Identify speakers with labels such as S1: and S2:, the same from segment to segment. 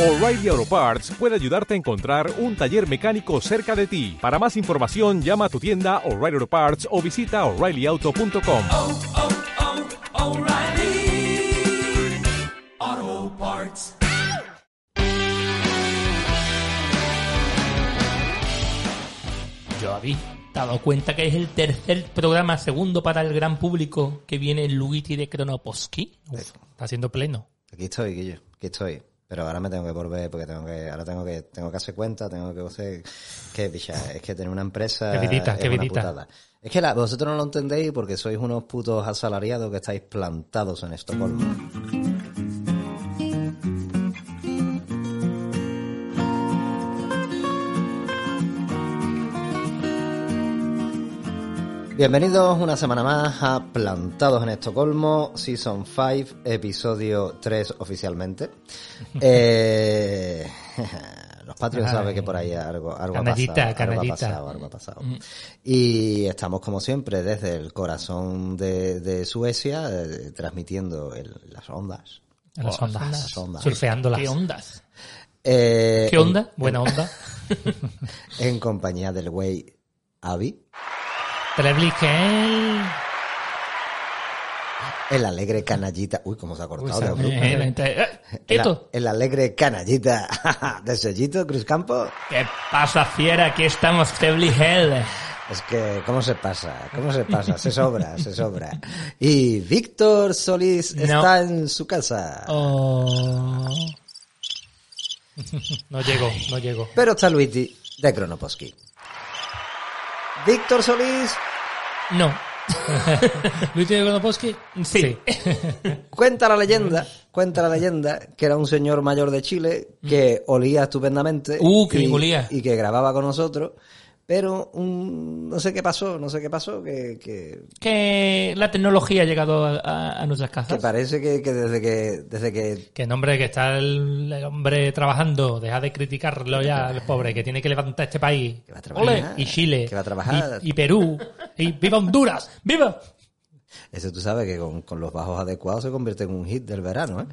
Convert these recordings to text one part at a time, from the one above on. S1: O'Reilly Auto Parts puede ayudarte a encontrar un taller mecánico cerca de ti. Para más información, llama a tu tienda O'Reilly Auto Parts o visita oreillyauto.com.
S2: O'Reilly Auto Parts.
S3: Yo habéis dado cuenta que es el tercer programa, segundo para el gran público, que viene el Lugiti de Kronoposki. Uf, está siendo pleno.
S4: Aquí estoy, Guillo, aquí estoy. Pero ahora me tengo que volver porque tengo que, ahora tengo que, tengo que hacer cuenta, tengo que hacer, que bicha, es que tener una empresa
S3: Qué vidita,
S4: es
S3: qué
S4: una
S3: vidita.
S4: putada. Es que la- vosotros no lo entendéis porque sois unos putos asalariados que estáis plantados en Estocolmo. Bienvenidos una semana más a Plantados en Estocolmo, Season 5, episodio 3 oficialmente. Eh, los patrios
S3: Ay.
S4: saben que por ahí algo, algo
S3: Canallita,
S4: ha pasado.
S3: canallita.
S4: Algo ha pasado, algo ha pasado. Y estamos como siempre desde el corazón de, de Suecia, eh, transmitiendo el- las ondas.
S3: En las
S4: Oh,
S3: ondas.
S4: las ondas.
S3: Surfeándolas.
S5: ¿Qué ondas?
S4: Eh,
S3: ¿Qué onda? Buena onda.
S4: En, en compañía del güey Avi,
S3: Trebliskel.
S4: el alegre canallita. Uy, cómo se ha cortado. de abrupto.
S3: Eh, Esto.
S4: Eh, La- el alegre canallita de Sellito Cruz Campo.
S3: ¿Qué pasa, fiera? Aquí estamos, Trebliskel.
S4: Es que, ¿cómo se pasa? ¿Cómo se pasa? Se sobra, se sobra. Y Víctor Solís
S3: No.
S4: está en su casa.
S3: Oh. No llego, no llego.
S4: Pero está Luigi de Kronoposki. Víctor Solís,
S3: No.
S5: ¿Luis de Gronoposki?
S3: Sí.
S4: cuenta la leyenda, cuenta la leyenda que era un señor mayor de Chile que olía estupendamente.
S3: Uh, que
S4: y-
S3: bien olía.
S4: Y que grababa con nosotros. Pero un- no sé qué pasó, no sé qué pasó, que- que
S3: Que la tecnología ha llegado a, a- a nuestras
S4: Que
S3: casas.
S4: parece que, que desde que desde que
S5: Que nombre, que está el, el hombre trabajando. Deja de criticarlo ya, el pobre, que tiene que levantar este país.
S4: Que va a trabajar.
S5: Ole. Y Chile.
S4: Que va a trabajar.
S5: Y, y Perú. Y viva Honduras. ¡Viva!
S4: eso tú sabes que con, con los bajos adecuados se convierte en un hit del verano, ¿eh?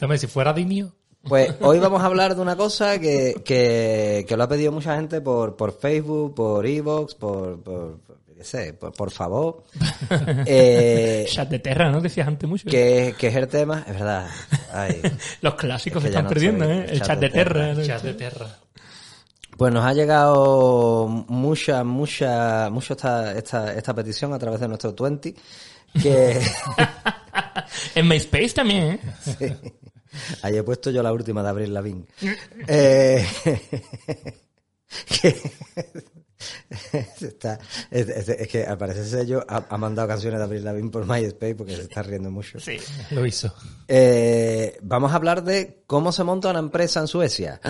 S5: Hombre, si fuera Dinio.
S4: Pues hoy vamos a hablar de una cosa que, que, que lo ha pedido mucha gente por, por Facebook, por Evox, por, por, por- yo qué sé, por, por favor. Eh,
S3: Chat de Terra, ¿no? Decías antes mucho.
S4: que, que es el tema, es verdad. Ay.
S3: Los clásicos
S4: Es que
S3: se
S4: ya
S3: están
S4: no
S3: perdiendo,
S4: soy
S3: ¿eh? El chat de terra. ¿no?
S5: Chat de tierra.
S4: Pues nos ha llegado mucha, mucha, mucho esta, esta, esta petición a través de nuestro 20 que
S3: En MySpace también, ¿eh?
S4: Sí. Ahí he puesto yo la última de Abril Lavín. Eh, que- se está- es, es- es que al parecer Sello ha, ha mandado canciones de Abril Lavín por MySpace porque se está riendo mucho.
S3: Sí.
S5: Lo hizo.
S4: Eh, vamos a hablar de cómo se monta una empresa en Suecia.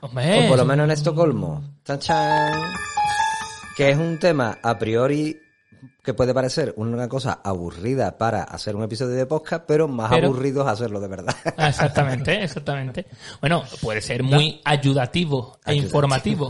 S3: Hombre.
S4: O por lo menos en Estocolmo. ¡Tachán! Que es un tema a priori que puede parecer una cosa aburrida para hacer un episodio de podcast, pero más
S3: Pero-
S4: aburrido es hacerlo de verdad.
S3: Ah, Exactamente, exactamente. Bueno, puede ser muy ayudativo e
S4: Ayudativo.
S3: informativo.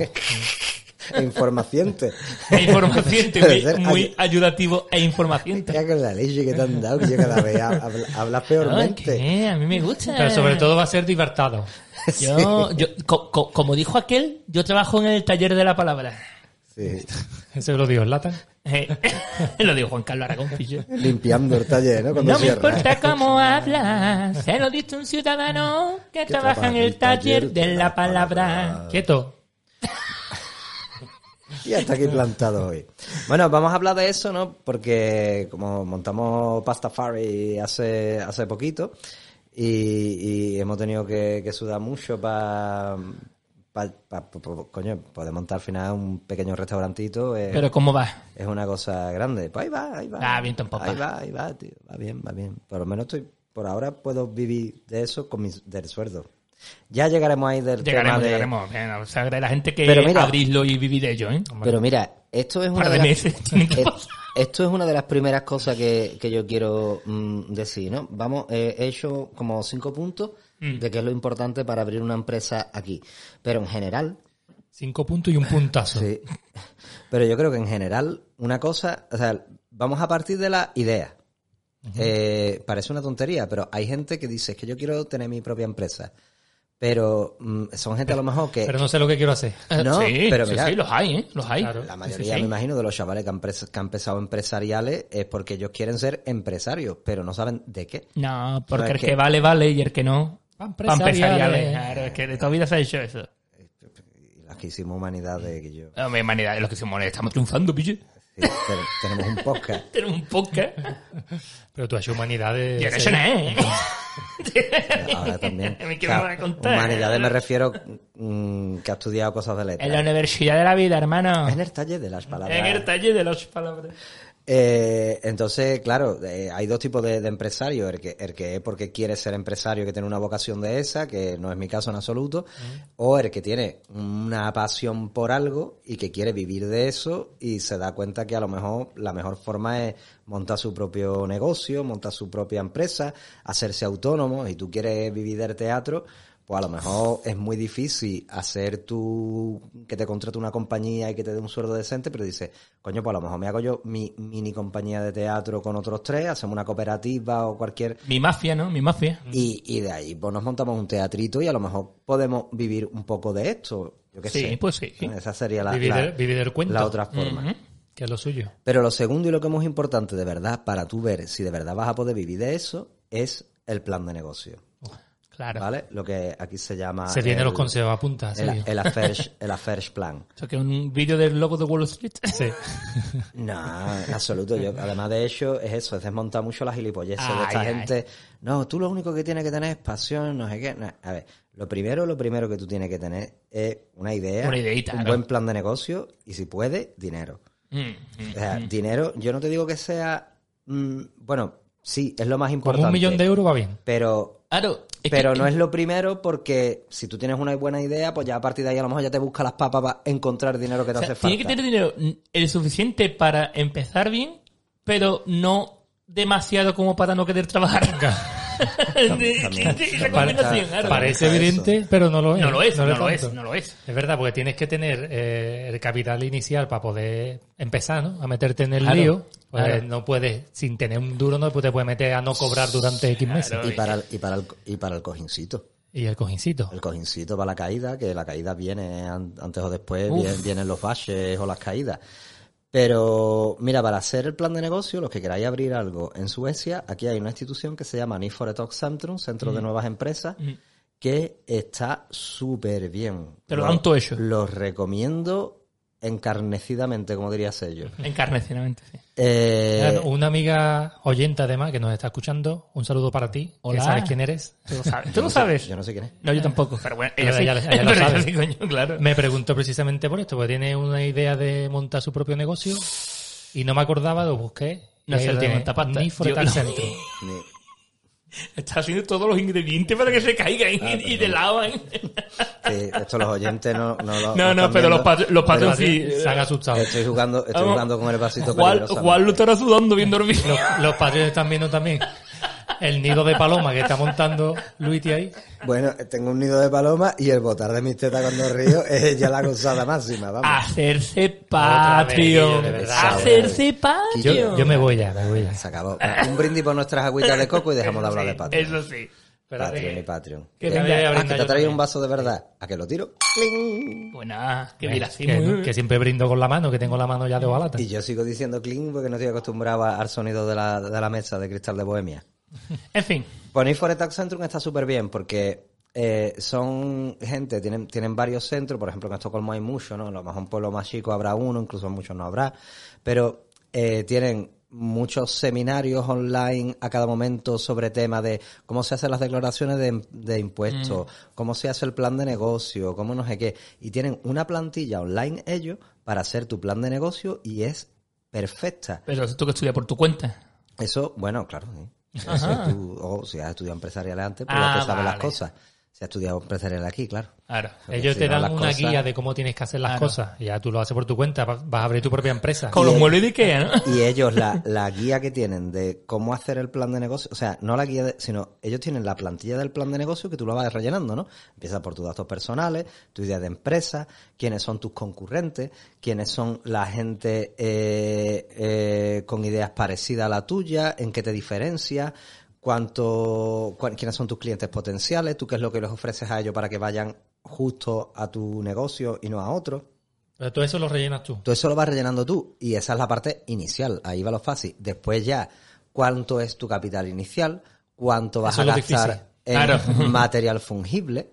S4: e informaciente.
S3: E informaciente,
S4: Puede
S3: muy,
S4: ser
S3: muy
S4: ayu-
S3: ayudativo e informaciente.
S4: Ya con la leche que te han dado, que yo cada vez hab- habla- hablas
S3: Ay,
S4: peormente.
S3: ¿qué? A mí me gusta.
S5: Pero sobre todo va a ser divertado.
S3: Yo, yo, co- co- como dijo aquel, yo trabajo en el taller de la palabra.
S4: Sí.
S5: Eso lo digo, Latan.
S3: Eh, Lo dijo Juan Carlos Aragón, pillo.
S4: Limpiando el taller, ¿no? Cuando
S3: No me
S4: cierra.
S3: importa cómo hablas, se lo dice un ciudadano que trabaja en el taller de la palabra.
S5: Quieto.
S4: Y hasta aquí plantado hoy. Bueno, vamos a hablar de eso, ¿no? Porque como montamos Pastafari hace, hace poquito y, y hemos tenido que, que sudar mucho para... coño, poder montar al final un pequeño restaurantito. eh,
S3: Pero ¿cómo va?
S4: es una cosa grande. Pues ahí va, ahí va.
S3: Ah, viento en popa.
S4: Ahí va, ahí va, tío. Va bien, va bien. Por lo menos estoy, por ahora puedo vivir de eso con mi, del sueldo. Ya llegaremos ahí del
S3: Llegaremos,
S4: tema de...
S3: llegaremos. Bueno, se agrade la gente que
S4: Pero mira-
S3: abrirlo y vivir de ello, ¿eh?
S4: Pero mira, esto es
S3: Un
S4: una
S3: par de
S4: de las...
S3: meses tienen que
S4: Eh,
S3: pasar.
S4: Esto es una de las primeras cosas que, que yo quiero mm, decir, ¿no? Vamos, eh, he hecho como cinco puntos
S3: Mm.
S4: de qué es lo importante para abrir una empresa aquí. Pero en general,
S5: Cinco puntos y un puntazo.
S4: Sí. Pero yo creo que en general, una cosa, o sea, vamos a partir de la idea. Eh, parece una tontería, pero hay gente que dice, es que yo quiero tener mi propia empresa. Pero mm, son gente a lo mejor que...
S5: Pero no sé lo que quiero hacer.
S4: No,
S3: sí,
S4: pero
S3: sí,
S4: mira,
S3: sí, los hay, ¿eh? Los hay.
S5: Claro.
S4: La
S3: Sí,
S4: mayoría,
S3: sí, sí.
S4: me imagino, de los chavales que han, pres- que han empezado empresariales es porque ellos quieren ser empresarios, pero no saben de qué.
S3: No, porque
S4: ¿Sabes
S3: el
S4: qué?
S3: que vale, vale, y el que no,
S5: Pan
S3: para
S5: empresariales.
S3: empresariales. Claro, es que de toda vida se ha hecho eso.
S4: Y las que hicimos humanidades, que yo...
S3: Hombre, humanidad, los que se molestan, estamos triunfando, piche.
S4: sí, te- tenemos un podcast.
S3: Tenemos un podcast.
S5: Pero tú has hecho humanidades. eh,
S3: Y ahora
S5: sí.
S3: eso no es.
S4: Ahora también.
S3: Me quiero dar a contar.
S4: humanidades me refiero mm, que ha estudiado cosas de letras.
S3: En la universidad de la vida, hermano.
S4: Es en el taller de las palabras.
S3: En el taller de las palabras.
S4: Eh, entonces, claro, eh, hay dos tipos de, de empresarios. El que, el que es porque quiere ser empresario, que tiene una vocación de esa, que no es mi caso en absoluto. O el que tiene una pasión por algo y que quiere vivir de eso y se da cuenta que a lo mejor la mejor forma es montar su propio negocio, montar su propia empresa, hacerse autónomo. Y tú quieres vivir del teatro, pues a lo mejor es muy difícil hacer tú que te contrate una compañía y que te dé un sueldo decente, pero dices, coño, pues a lo mejor me hago yo mi mini compañía de teatro con otros tres, hacemos una cooperativa o cualquier...
S3: Mi mafia, ¿no? Mi mafia.
S4: Y, y de ahí pues nos montamos un teatrito y a lo mejor podemos vivir un poco de esto. Yo qué
S3: Sí,
S4: sé.
S3: pues sí.
S4: Esa sería la,
S5: Vivir,
S4: la-
S5: del- vivir del cuento.
S4: la otra forma.
S5: Que es lo suyo.
S4: Pero lo segundo y lo que es muy importante de verdad para tú ver si de verdad vas a poder vivir de eso es el plan de negocio.
S3: Claro.
S4: ¿Vale? Lo que aquí se llama...
S5: se tiene
S4: el-
S5: los consejos, apunta.
S4: el,
S5: serio.
S4: el affairs- el affairs plan.
S3: Eso que es un vídeo del logo de Wall Street.
S5: Sí.
S4: No, en absoluto. Yo, además de eso, es eso, es desmontar mucho las gilipolleces de
S3: Ay,
S4: esta
S3: ay.
S4: gente. No, tú lo único que tienes que tener es pasión, no sé qué. No, a ver, lo primero, lo primero que tú tienes que tener es una idea,
S3: Una ideita,
S4: un
S3: ¿no?
S4: buen plan de negocio y si puede, dinero.
S3: Mm,
S4: O sea, dinero, yo no te digo que sea, mm, bueno, sí, es lo más importante.
S5: Como un millón de euros va bien.
S4: Pero
S3: Claro. es
S4: pero
S3: que-
S4: no es lo primero porque si tú tienes una buena idea, pues ya a partir de ahí a lo mejor ya te buscas las papas para encontrar dinero que te
S3: o sea,
S4: hace falta.
S3: Tiene que tener dinero mm, el suficiente para empezar bien, pero no demasiado como para no querer trabajar.
S4: también.
S3: Recomendación, claro.
S5: Parece
S4: eso.
S5: evidente, pero no lo es.
S3: No lo es, no,
S5: es
S3: lo es,
S5: tanto.
S3: no lo es.
S5: Es verdad, porque tienes que tener eh, el capital inicial para poder empezar, ¿no? A meterte en el
S3: Claro,
S5: lío. Pues
S3: claro.
S5: no puedes, sin tener un duro, no te puedes meter a no cobrar durante X meses.
S3: Claro.
S4: Y para el, y para el, y para el cojincito.
S5: Y el cojincito.
S4: El cojincito para la caída, que la caída viene an- antes o después,
S3: Uf.
S4: vie- vienen los baches o las caídas. Pero mira, para hacer el plan de negocio, los que queráis abrir algo en Suecia, aquí hay una institución que se llama Need for a Talk Centrum, Centro
S3: Mm.
S4: de Nuevas Empresas, que está súper bien.
S3: Te lo dan todo hecho.
S4: Los recomiendo encarnecidamente, como diría Sello.
S3: Encarnecidamente, sí.
S4: Eh,
S5: Claro, Una amiga oyenta, además, que nos está escuchando, un saludo para ti.
S3: Hola.
S5: Que sabes quién eres.
S3: Tú lo sabes. Tú lo sabes.
S4: yo no sé quién es.
S3: No, yo tampoco. Pero bueno,
S5: Pero
S3: ella sí.
S5: ella- ella lo
S3: Pero ella
S5: sabe.
S3: sí, coño, claro.
S5: Me preguntó precisamente por esto, porque tiene una idea de montar su propio negocio y no me acordaba, lo busqué.
S3: No
S5: Y
S3: sé
S5: ahí
S3: dónde
S5: tiene
S3: está pasta.
S5: Need for
S3: Yo-
S5: Attack Centrum.
S4: Ni-
S3: Está haciendo todos los ingredientes para que se caigan
S5: Ah,
S3: y- y de lado. ¿eh?
S4: Sí, eh, esto los oyentes no, no lo-
S3: No, no,
S4: están
S3: pero los,
S4: viendo.
S3: pat- los
S4: Pero-
S3: patrons sí.
S5: Se han asustado.
S4: Estoy jugando, estoy
S3: Vamos.
S4: jugando con el vasito
S3: Juan,
S4: peligrosamente.
S3: Juan lo estará sudando bien dormido.
S5: Los padres están viendo también el nido de paloma que está montando Luiti ahí.
S4: Bueno, tengo un nido de paloma y el botar de mis tetas cuando río es ya la gozada máxima, vamos.
S3: Ah. Hacerse
S5: Otra vez, tío,
S3: patrio.
S5: de verdad.
S3: Hacerse
S5: Yo,
S3: patrio.
S5: yo me voy ya, me voy ya.
S4: Se acabó. Un brindis por nuestras agüitas de coco y dejamos de hablar de Patreon.
S3: Eso sí.
S5: Espérate
S4: Patreon
S5: que-
S4: y Patreon.
S5: que
S4: Ya.
S5: me voy a
S4: Ah,
S5: brindar
S4: que te
S5: yo
S4: ha traído
S5: también.
S4: un vaso de verdad. ¿A que lo tiro? ¡Cling!
S3: Buena. Que
S5: Venga,
S3: mira, sí,
S5: que,
S3: muy-
S5: que siempre brindo con la mano, que tengo la mano ya de hojalata.
S4: Y yo sigo diciendo cling porque no estoy acostumbrado a- al sonido de la, de la mesa de cristal de Bohemia.
S3: En fin.
S4: Poner for Attack Centrum está súper bien porque eh, son gente, tienen, tienen varios centros, por ejemplo en Estocolmo hay muchos, ¿no? A lo mejor en pueblo más chico habrá uno, incluso muchos no habrá, pero eh, tienen muchos seminarios online a cada momento sobre temas de cómo se hacen las declaraciones de, de impuestos, cómo se hace el plan de negocio, cómo no sé qué, y tienen una plantilla online ellos para hacer tu plan de negocio y es perfecta.
S3: Pero tú que estudias por tu cuenta.
S4: ¿eh? Eso, bueno, claro, sí. Eso tú- o si has estudiado empresarial antes, pues
S3: Ah,
S4: ya te sabes las
S3: vale.
S4: cosas. Se ha estudiado empresarial aquí, claro.
S5: Ahora,
S4: Porque
S5: ellos
S4: si
S5: te
S4: no,
S5: dan
S4: las
S5: una
S4: cosas-
S5: guía de cómo tienes que hacer las
S3: Claro.
S5: cosas. Ya tú lo haces por tu cuenta, va- vas a abrir tu propia empresa.
S3: Con los muebles de Ikea, ¿no?
S4: Y ellos, la, la guía que tienen de cómo hacer el plan de negocio, o sea, no la guía, de- sino ellos tienen la plantilla del plan de negocio que tú la vas rellenando, ¿no? Empiezas por tus datos personales, tu idea de empresa, quiénes son tus concurrentes, quiénes son la gente eh, eh, con ideas parecidas a la tuya, en qué te diferencia, cuánto, cua- quiénes son tus clientes potenciales, tú qué es lo que les ofreces a ellos para que vayan justo a tu negocio y no a otro.
S5: Pero todo eso lo rellenas tú.
S4: Todo eso lo vas rellenando tú y esa es la parte inicial, ahí va lo fácil. Después ya, ¿cuánto es tu capital inicial? ¿Cuánto vas
S5: Eso
S4: a
S5: es lo
S4: gastar
S5: difícil.
S4: en
S3: Claro.
S4: material fungible?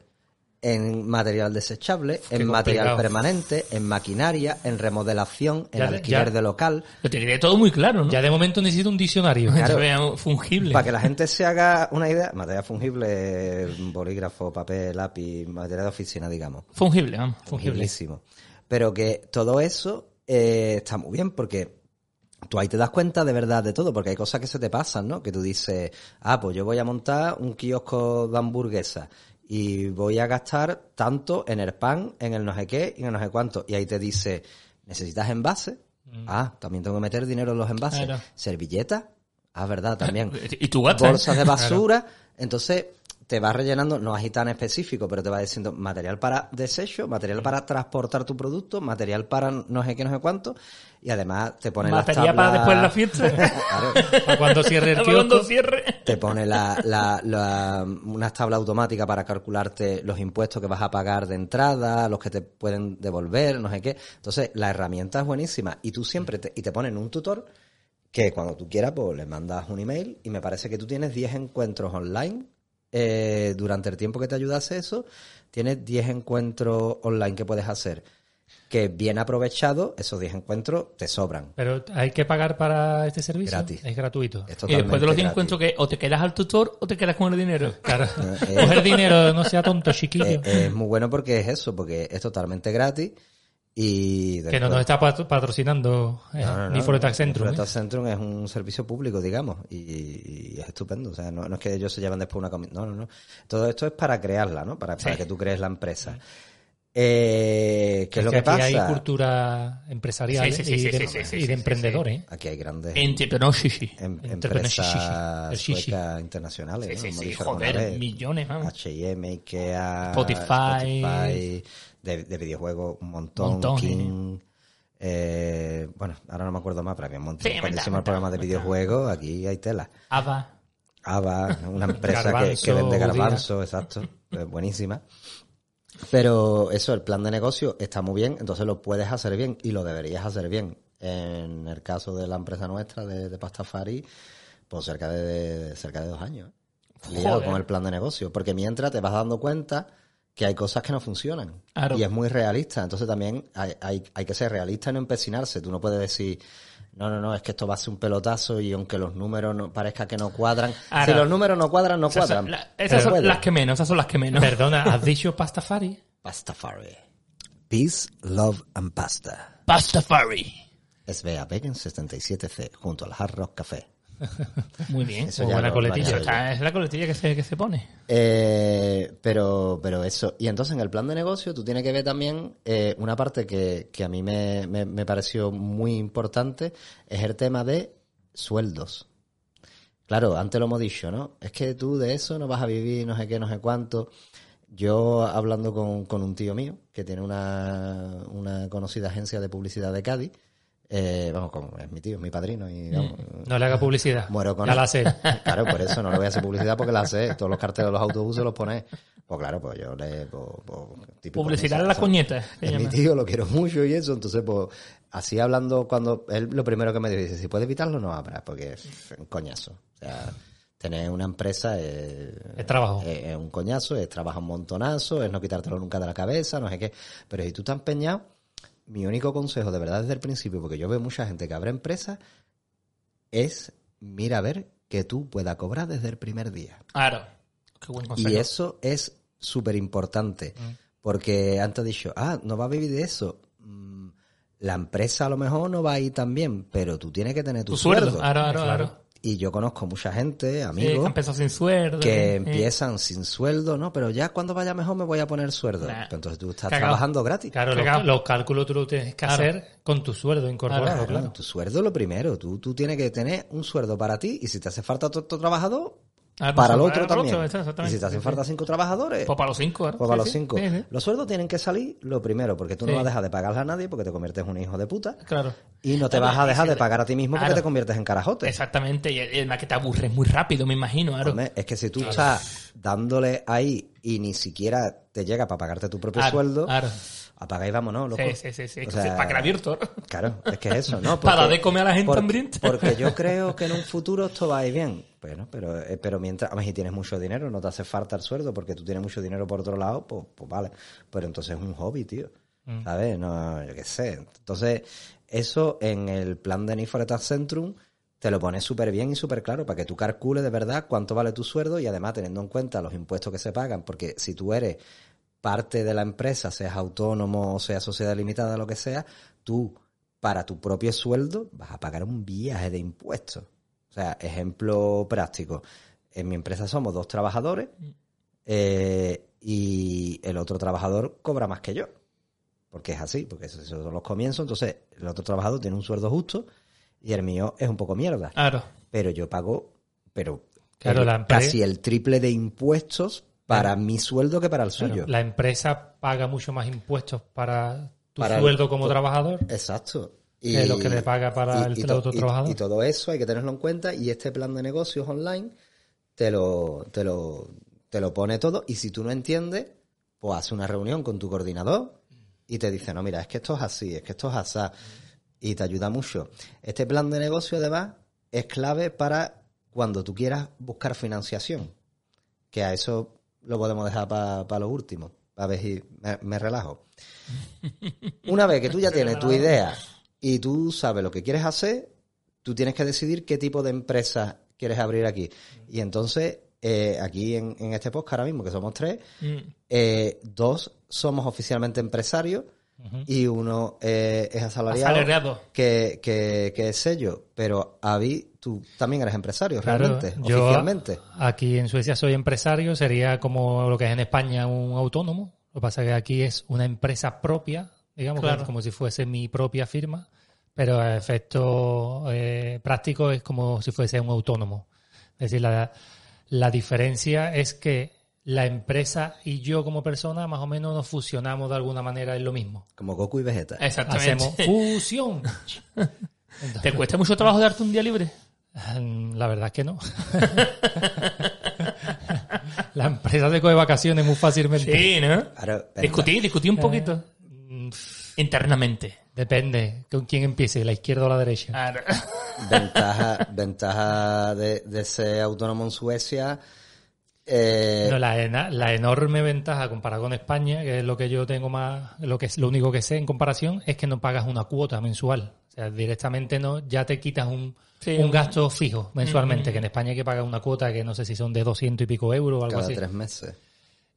S4: en material desechable, en material
S5: complicado.
S4: permanente, en maquinaria, en remodelación, en
S5: Ya-
S4: alquiler
S5: ya-
S4: de local,
S3: Lo tendría todo muy claro, ¿no?
S5: Ya de momento necesito un diccionario.
S3: Que
S4: Claro.
S3: se vea fungible.
S4: para que la gente se haga una idea, material fungible, bolígrafo, papel, lápiz, material de oficina, digamos.
S3: Fungible, vamos, fungible.
S4: Buenísimo. Pero que todo eso eh, está muy bien porque tú ahí te das cuenta de verdad de todo, porque hay cosas que se te pasan, ¿no? Que tú dices, ah, pues yo voy a montar un kiosco de hamburguesa y voy a gastar tanto en el pan, en el no sé qué y en el no sé cuánto. Y ahí te dice, ¿necesitas envases? Ah, también tengo que meter dinero en los envases.
S3: Mm. Claro.
S4: ¿Servilletas? Ah, verdad, también
S3: Y tu gata. ¿eh?
S4: bolsas de basura. Entonces te vas rellenando, no así tan específico, pero te va diciendo material para desecho, material para transportar tu producto, material para no sé qué, no sé cuánto. Y además te pone las
S3: Material para
S4: tablas-
S3: después de la fiesta.
S4: Claro,
S5: Para cuando cierre el
S3: Hablando
S5: kiosco.
S3: cierre.
S4: te pone la, la- la- unas tablas automáticas para calcularte los impuestos que vas a pagar de entrada, los que te pueden devolver, no sé qué. Entonces, la herramienta es buenísima y tú siempre te, y te ponen un tutor que cuando tú quieras, pues le mandas un email y me parece que tú tienes 10 encuentros online. eh, durante el tiempo que te ayudase eso, tienes 10 encuentros online que puedes hacer. Que bien aprovechado, esos 10 encuentros te sobran.
S5: Pero hay que pagar para este servicio.
S4: Gratis.
S5: Es gratuito.
S4: Es
S3: Y después de los
S4: totalmente
S3: 10
S4: gratis.
S3: encuentros que o te quedas al tutor o te quedas con el dinero.
S5: Claro.
S4: Eh,
S5: Coger dinero, no sea tonto, chiquillo.
S4: Eh, es muy bueno porque es eso, porque es totalmente gratis y
S5: que no nos está pat- patrocinando eh, ni Forotax Centrum. ¿eh?
S4: Forotax Centrum es un servicio público, digamos, y, y es estupendo. O sea, no, no es que ellos se llevan después una comida. No, no, no. Todo esto es para crearla, ¿no? Para, para
S3: Sí.
S4: que tú crees la empresa. Eh, ¿Qué es, lo que,
S5: aquí
S4: pasa?
S5: hay cultura empresarial
S3: Sí, sí, sí,
S5: y
S3: sí,
S5: de,
S3: sí,
S5: em-,
S3: sí, sí,
S5: y de
S3: sí, sí,
S5: emprendedores. ¿eh?
S4: Aquí hay grandes
S3: Entrepreneurship.
S4: em-
S5: entrepreneurship, el
S4: empresas
S5: shishi.
S4: suecas internacionales.
S3: Sí,
S4: ¿no?
S3: sí,
S4: Hemos
S3: sí,
S4: dicho alguna
S3: joder,
S4: vez.
S3: millones, vamos.
S4: H&M, Ikea,
S3: Ah. Spotify.
S4: Spotify, de, de videojuegos un montón,
S3: Montón,
S4: King. eh, bueno, ahora no me acuerdo más, pero había un montón.
S3: Sí,
S4: Cuando
S3: verdad,
S4: hicimos el
S3: verdad,
S4: programa de videojuegos, aquí hay tela.
S3: Ava.
S4: Ava, una empresa que, que
S5: Garbanzo,
S4: vende garbanzo, exacto, eh, buenísima. Pero eso, el plan de negocio está muy bien, entonces lo puedes hacer bien y lo deberías hacer bien. En el caso de la empresa nuestra, de, de Pastafari, pues cerca de, de- cerca de dos años. ¿eh? Liado
S3: Joder.
S4: con el plan de negocio, porque mientras te vas dando cuenta que hay cosas que no funcionan.
S3: Claro.
S4: Y es muy realista, entonces también hay, hay, hay que ser realista y no empecinarse. Tú no puedes decir, no, no, no, es que esto va a ser un pelotazo y aunque los números no, parezca que no cuadran,
S3: Ahora-
S4: si los números no cuadran, no
S3: Esas
S4: cuadran.
S3: son, la- esas son
S4: Puede.
S3: las que menos, esas son las que menos.
S5: Perdona, ¿has dicho Pastafari?
S4: Pastafari. Peace, Love and Pasta.
S3: Pastafari.
S4: SBA Vegan 77C, junto al Hard Rock Café.
S3: Muy bien.
S4: Eso
S5: Muy
S4: ya
S5: buena
S4: lo
S5: coletilla.
S4: planeé yo.
S3: Esta es la coletilla que se, que se pone.
S4: Eh, pero, pero eso. Y entonces en el plan de negocio tú tienes que ver también eh, una parte que, que a mí me, me- me pareció muy importante, es el tema de sueldos. Claro, antes lo hemos dicho, ¿no? Es que tú de eso no vas a vivir, no sé qué, no sé cuánto. Yo hablando con, con un tío mío que tiene una, una conocida agencia de publicidad de Cádiz, eh, vamos, como es mi tío, es mi padrino y vamos,
S5: No le haga publicidad.
S4: Muero con
S5: ya
S4: él.
S5: la sé.
S4: Claro, por eso no le voy a hacer publicidad porque la hace. Todos los carteles de los autobuses los pone. Pues claro, pues yo le. Pues, pues, típico,
S3: Publicidad
S4: no
S3: a
S4: sé,
S3: la
S4: eso.
S3: cuñeta. eh, se
S4: Es mi
S3: llama.
S4: tío, lo quiero mucho y eso. Entonces, pues, así hablando, cuando. Él lo primero que me dijo, dice: si puede evitarlo, no habrá, porque es un coñazo. O sea, tener una empresa es.
S5: Es trabajo.
S4: Es, es un coñazo, es trabajar un montonazo, es no quitártelo nunca de la cabeza, no sé qué. Pero si tú estás empeñado, mi único consejo, de verdad, desde el principio, porque yo veo mucha gente que abre empresas, es mira a ver que tú puedas cobrar desde el primer día.
S3: Claro. Qué buen consejo.
S4: Y eso es súper importante.
S3: Mm.
S4: Porque antes he dicho, ah, no va a vivir de eso. Mm, La empresa a lo mejor no va a ir tan bien, pero tú tienes que tener tu,
S3: Tu sueldo.
S4: sueldo.
S3: Claro, claro, claro.
S4: Y yo conozco mucha gente,
S3: Eh, que
S4: amigos,
S3: han empezado sin sueldo.
S4: que
S3: eh,
S4: empiezan sin sueldo, ¿no? Pero ya cuando vaya mejor me voy a poner sueldo.
S3: Nah.
S4: Pues Entonces tú estás
S3: Cagao.
S4: trabajando gratis.
S5: Claro, los,
S3: Cagao.
S5: los cálculos tú los tienes que
S3: eh. Claro.
S5: hacer con tu sueldo incorporado,
S4: Claro,
S5: claro.
S4: Tu sueldo es lo primero. Tú, tú tienes que tener un sueldo para ti y si te hace falta otro otro trabajador,
S3: Ah, no,
S4: para el
S3: para
S4: otro
S3: el
S4: también.
S3: otro, eso, exactamente.
S4: y si te hacen
S3: Sí,
S4: falta
S3: sí.
S4: cinco trabajadores,
S3: Pues para los cinco, ¿no?
S4: pues
S3: Sí,
S4: para los
S3: sí,
S4: cinco.
S3: sí, sí.
S4: Los sueldos tienen que salir lo primero, porque tú no
S3: Sí.
S4: vas a dejar de pagarle a nadie porque te conviertes en un hijo de puta.
S3: Claro.
S4: Y no te
S3: Ah,
S4: vas a
S3: bueno,
S4: dejar
S3: sí,
S4: de
S3: sí.
S4: pagar a ti mismo
S3: Claro.
S4: porque te conviertes en carajote.
S3: Exactamente, y además que te aburres muy rápido, me imagino, claro.
S4: Hombre, es que si tú estás dándole ahí y ni siquiera te llega para pagarte tu propio
S3: Claro,
S4: sueldo,
S3: claro.
S4: apaga y vámonos, loco.
S3: Sí, sí, sí, sí.
S4: O
S3: Es que
S4: sea,
S3: para que la abierto.
S4: Claro, es que es eso, ¿no?
S3: Para dar de comer a la gente
S4: porque-
S3: hambrienta.
S4: Porque yo creo que en un futuro esto va a ir bien. Bueno, pero, eh, pero mientras, a ver, si tienes mucho dinero, no te hace falta el sueldo, porque tú tienes mucho dinero por otro lado, pues, pues vale. Pero entonces es un hobby, tío.
S3: Mm.
S4: ¿Sabes? No, yo qué sé. Entonces, eso en el plan de Need for Speed Centrum te lo pones súper bien y súper claro para que tú calcules de verdad cuánto vale tu sueldo y además teniendo en cuenta los impuestos que se pagan, porque si tú eres parte de la empresa, seas autónomo, sea sociedad limitada, lo que sea, tú para tu propio sueldo vas a pagar un viaje de impuestos. O sea, ejemplo práctico. En mi empresa somos dos trabajadores
S5: Mm.
S4: eh, y el otro trabajador cobra más que yo. Porque es así, porque esos esos son los comienzos. Entonces, el otro trabajador tiene un sueldo justo y el mío es un poco mierda.
S3: Claro.
S4: Pero yo pago, pero
S5: Ah. Claro,
S4: el-
S5: la empre-
S4: casi el triple de impuestos para mi sueldo que para el
S5: Claro,
S4: suyo.
S5: La empresa paga mucho más impuestos para tu
S4: Para el-
S5: sueldo como
S4: to-
S5: trabajador.
S4: Exacto.
S5: Que lo que le paga para el
S4: to-
S5: otro trabajador.
S4: Y, todo eso hay que tenerlo en cuenta y este plan de negocios online te lo, te lo, te lo pone todo y si tú no entiendes, pues hace una reunión con tu coordinador y te dice, no, mira, es que esto es así, es que esto es así y te ayuda mucho. Este plan de negocio además es clave para cuando tú quieras buscar financiación, que a eso lo podemos dejar para lo último, a ver si me- me relajo. Una vez que tú ya tienes tu idea y tú sabes lo que quieres hacer, tú tienes que decidir qué tipo de empresa quieres abrir aquí. Y entonces, eh, aquí en, en este podcast ahora mismo, que somos tres,
S3: Mm.
S4: eh, dos somos oficialmente empresarios y uno eh, es asalariado,
S3: Asalariado.
S4: Que, que- que es sello. Pero Avi, tú también eres empresario,
S5: Claro,
S4: realmente,
S5: yo
S4: oficialmente.
S5: aquí en Suecia soy empresario, sería como lo que es en España un autónomo. Lo que pasa es que aquí es una empresa propia, digamos,
S3: Claro.
S5: que como si fuese mi propia firma, pero a efecto eh, práctico es como si fuese un autónomo. Es decir, la, la diferencia es que la empresa y yo como persona más o menos nos fusionamos de alguna manera en lo mismo.
S4: Como Goku y Vegeta.
S5: Eh,
S3: Exactamente.
S5: Hacemos fusión. Entonces-
S3: ¿Te cuesta mucho trabajo darte un día libre?
S5: Mm, La verdad es que no. la empresa se coge vacaciones muy fácilmente.
S3: Sí, ¿no?
S4: Claro, Ah, pero-
S3: Discutí, discutí
S5: Eh.
S3: un poquito.
S5: Mm, pff,
S3: Internamente.
S5: Depende con quién empiece, la izquierda o la derecha.
S3: Claro.
S4: ventaja, ventaja de, de ser autónomo en Suecia. eh,
S5: No, la, ena- la enorme ventaja comparada con España, que es lo que yo tengo más, lo que es lo único que sé en comparación, es que no pagas una cuota mensual. O sea, directamente no, ya te quitas un,
S3: Sí,
S5: un
S3: un-
S5: gasto fijo mensualmente, que en España hay que pagar una cuota que no sé si son de 200 y pico euros o algo
S4: cada
S5: así.
S4: tres meses.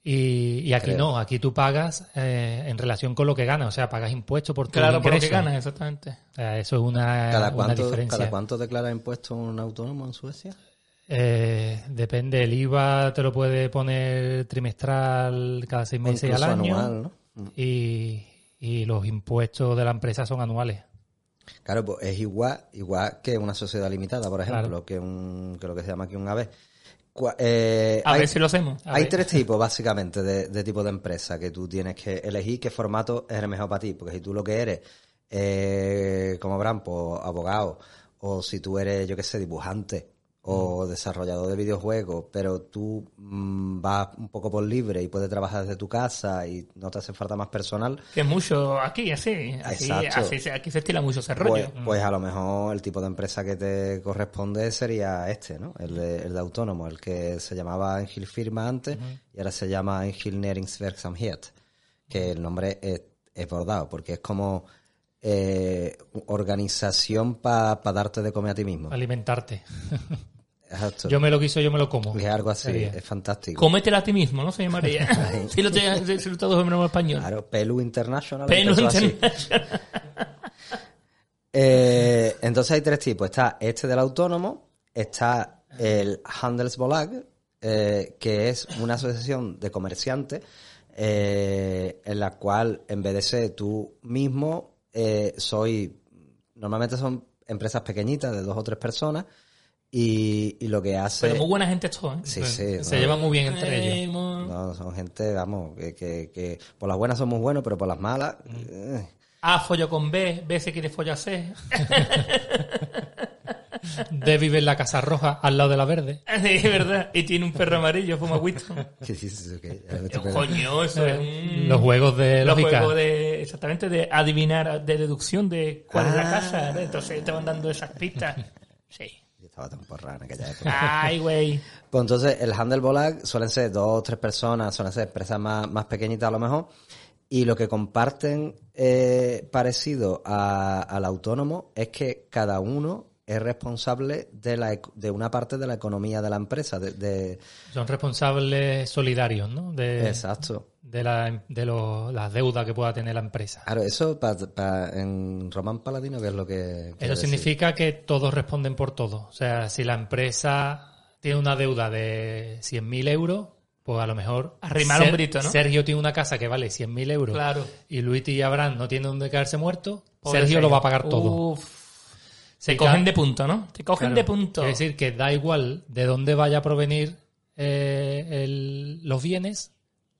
S5: Y, y aquí
S4: Creo.
S5: no, aquí tú pagas eh, en relación con lo que ganas, o sea, pagas impuestos por tu
S3: Claro, por lo que
S5: ingreso.
S3: ganas, exactamente.
S5: O sea, eso es una,
S4: ¿Cada
S5: una
S4: cuánto,
S5: diferencia.
S4: ¿Cada cuánto declara impuestos un autónomo en Suecia?
S5: Eh, depende, el IVA te lo puede poner trimestral cada seis
S4: O
S5: meses
S4: incluso
S5: al año.
S4: anual, ¿no?
S5: Y, y los impuestos de la empresa son anuales.
S4: Claro, pues es igual, igual que una sociedad limitada, por ejemplo,
S5: Claro.
S4: que, un, que lo que se llama aquí un AB. Cua- eh,
S3: A
S4: hay,
S3: ver si lo hacemos.
S5: a
S4: hay
S5: ver.
S4: tres tipos, básicamente, de, de tipo de empresa que tú tienes que elegir qué formato es el mejor para ti. Porque si tú lo que eres, eh, como Brampo, abogado, o si tú eres, yo qué sé, dibujante o desarrollador de videojuegos, pero tú mm, vas un poco por libre y puedes trabajar desde tu casa y no te hace falta más personal,
S3: Que es mucho aquí, así. así,
S4: Exacto.
S3: así se- aquí se estila mucho ese rollo. Mm.
S4: Pues, pues a lo mejor el tipo de empresa que te corresponde sería este, ¿no? El de, el de autónomo, el que se llamaba Engil Firma antes y ahora se llama Engil Näringsverksamhet, que el nombre es, es bordado porque es como eh, organización para darte de comer a ti mismo.
S5: Alimentarte.
S4: Exacto.
S5: Yo me lo quiso, yo me lo como.
S4: Es algo así,
S5: Sería.
S4: es fantástico.
S3: Cómetela a ti mismo, ¿no? Se llamaría. si lo te- si lo tradujo en español.
S4: Claro, Pelu International.
S3: Pelu
S4: empezó así.
S3: International.
S4: Eh, entonces hay tres tipos. Está este del autónomo, está el Handelsbolag, eh, que es una asociación de comerciantes eh, en la cual, en vez de ser tú mismo, eh, soy. Normalmente son empresas pequeñitas de dos o tres personas y, y lo que hace.
S3: Pero muy buena gente esto, ¿eh?
S4: Sí,
S3: Se-
S4: sí,
S3: Se
S4: no.
S3: llevan muy bien entre ellos.
S4: No, son gente, vamos, que, que, que por las buenas son muy buenos, pero por las malas.
S3: Mm.
S4: eh,
S3: A follo con B, B se quiere follar C.
S5: De vive en la Casa Roja, al lado de la verde.
S3: es verdad. Y tiene un perro amarillo, fuma Winston.
S4: ¿Qué dices? ¿Qué?
S3: Coño, eso es un...
S5: Eh, Los juegos de
S3: Mm. los
S5: lógica.
S3: juegos de exactamente de adivinar de deducción de cuál es la
S4: Ah.
S3: casa ¿no? entonces te van dando esas pistas sí
S4: Yo estaba tan porrada en aquella época.
S3: ay güey
S4: Pues entonces el Handelbolag suelen ser dos o tres personas, suelen ser empresas más, más pequeñitas a lo mejor, y lo que comparten eh, parecido a- al autónomo es que cada uno es responsable de, la, eco- de una parte de la economía de la empresa. De, de-
S5: Son responsables solidarios, ¿no? De,
S4: Exacto.
S5: de, la- de los- las deudas que pueda tener la empresa.
S4: Claro, eso pa- pa- en Román Paladino, ¿qué es lo que... quiere
S5: Eso
S4: decir?
S5: significa que todos responden por todo. O sea, si la empresa tiene una deuda de 100.000 euros, pues a lo mejor...
S3: Arrimar un grito, ¿no?
S5: Sergio tiene una casa que vale 100.000 euros.
S3: Claro.
S5: Y Luiti y Abraham no tienen donde quedarse muertos.
S3: Pobre
S5: Sergio lo va a pagar todo.
S3: Uf. se
S5: Y
S3: cogen
S5: ca-
S3: de punto no te cogen
S5: Claro.
S3: de punto
S5: Quiere decir que da igual de dónde vaya a provenir eh, el- los bienes,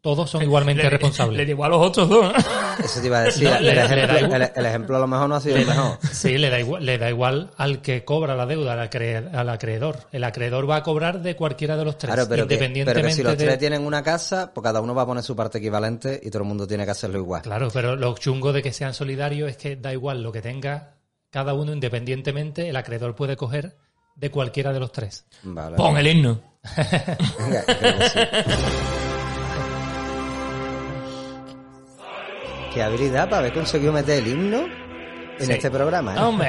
S5: todos son igualmente
S3: le,
S5: responsables.
S3: le digo a los otros dos
S4: Eso te iba a decir,
S5: No,
S4: el,
S5: le- le
S4: ejemplo,
S5: da igual.
S4: el- el ejemplo a lo mejor no ha sido el mejor.
S5: Sí, le da igual, le da igual al que cobra la deuda, al, acre- al acreedor. El acreedor va a cobrar de cualquiera de los tres,
S4: Claro, pero que,
S5: independientemente
S4: pero que si los
S5: de-
S4: tres tienen una casa, pues cada uno va a poner su parte equivalente y todo el mundo tiene que hacerlo igual.
S5: Claro, pero lo chungo de que sean solidarios es que da igual lo que tenga cada uno independientemente, el acreedor puede coger de cualquiera de los tres.
S4: Vale.
S3: pon el himno
S4: Venga, creo que sí. Qué habilidad para haber conseguido meter el himno en
S3: Sí.
S4: este programa, ¿eh?
S3: hombre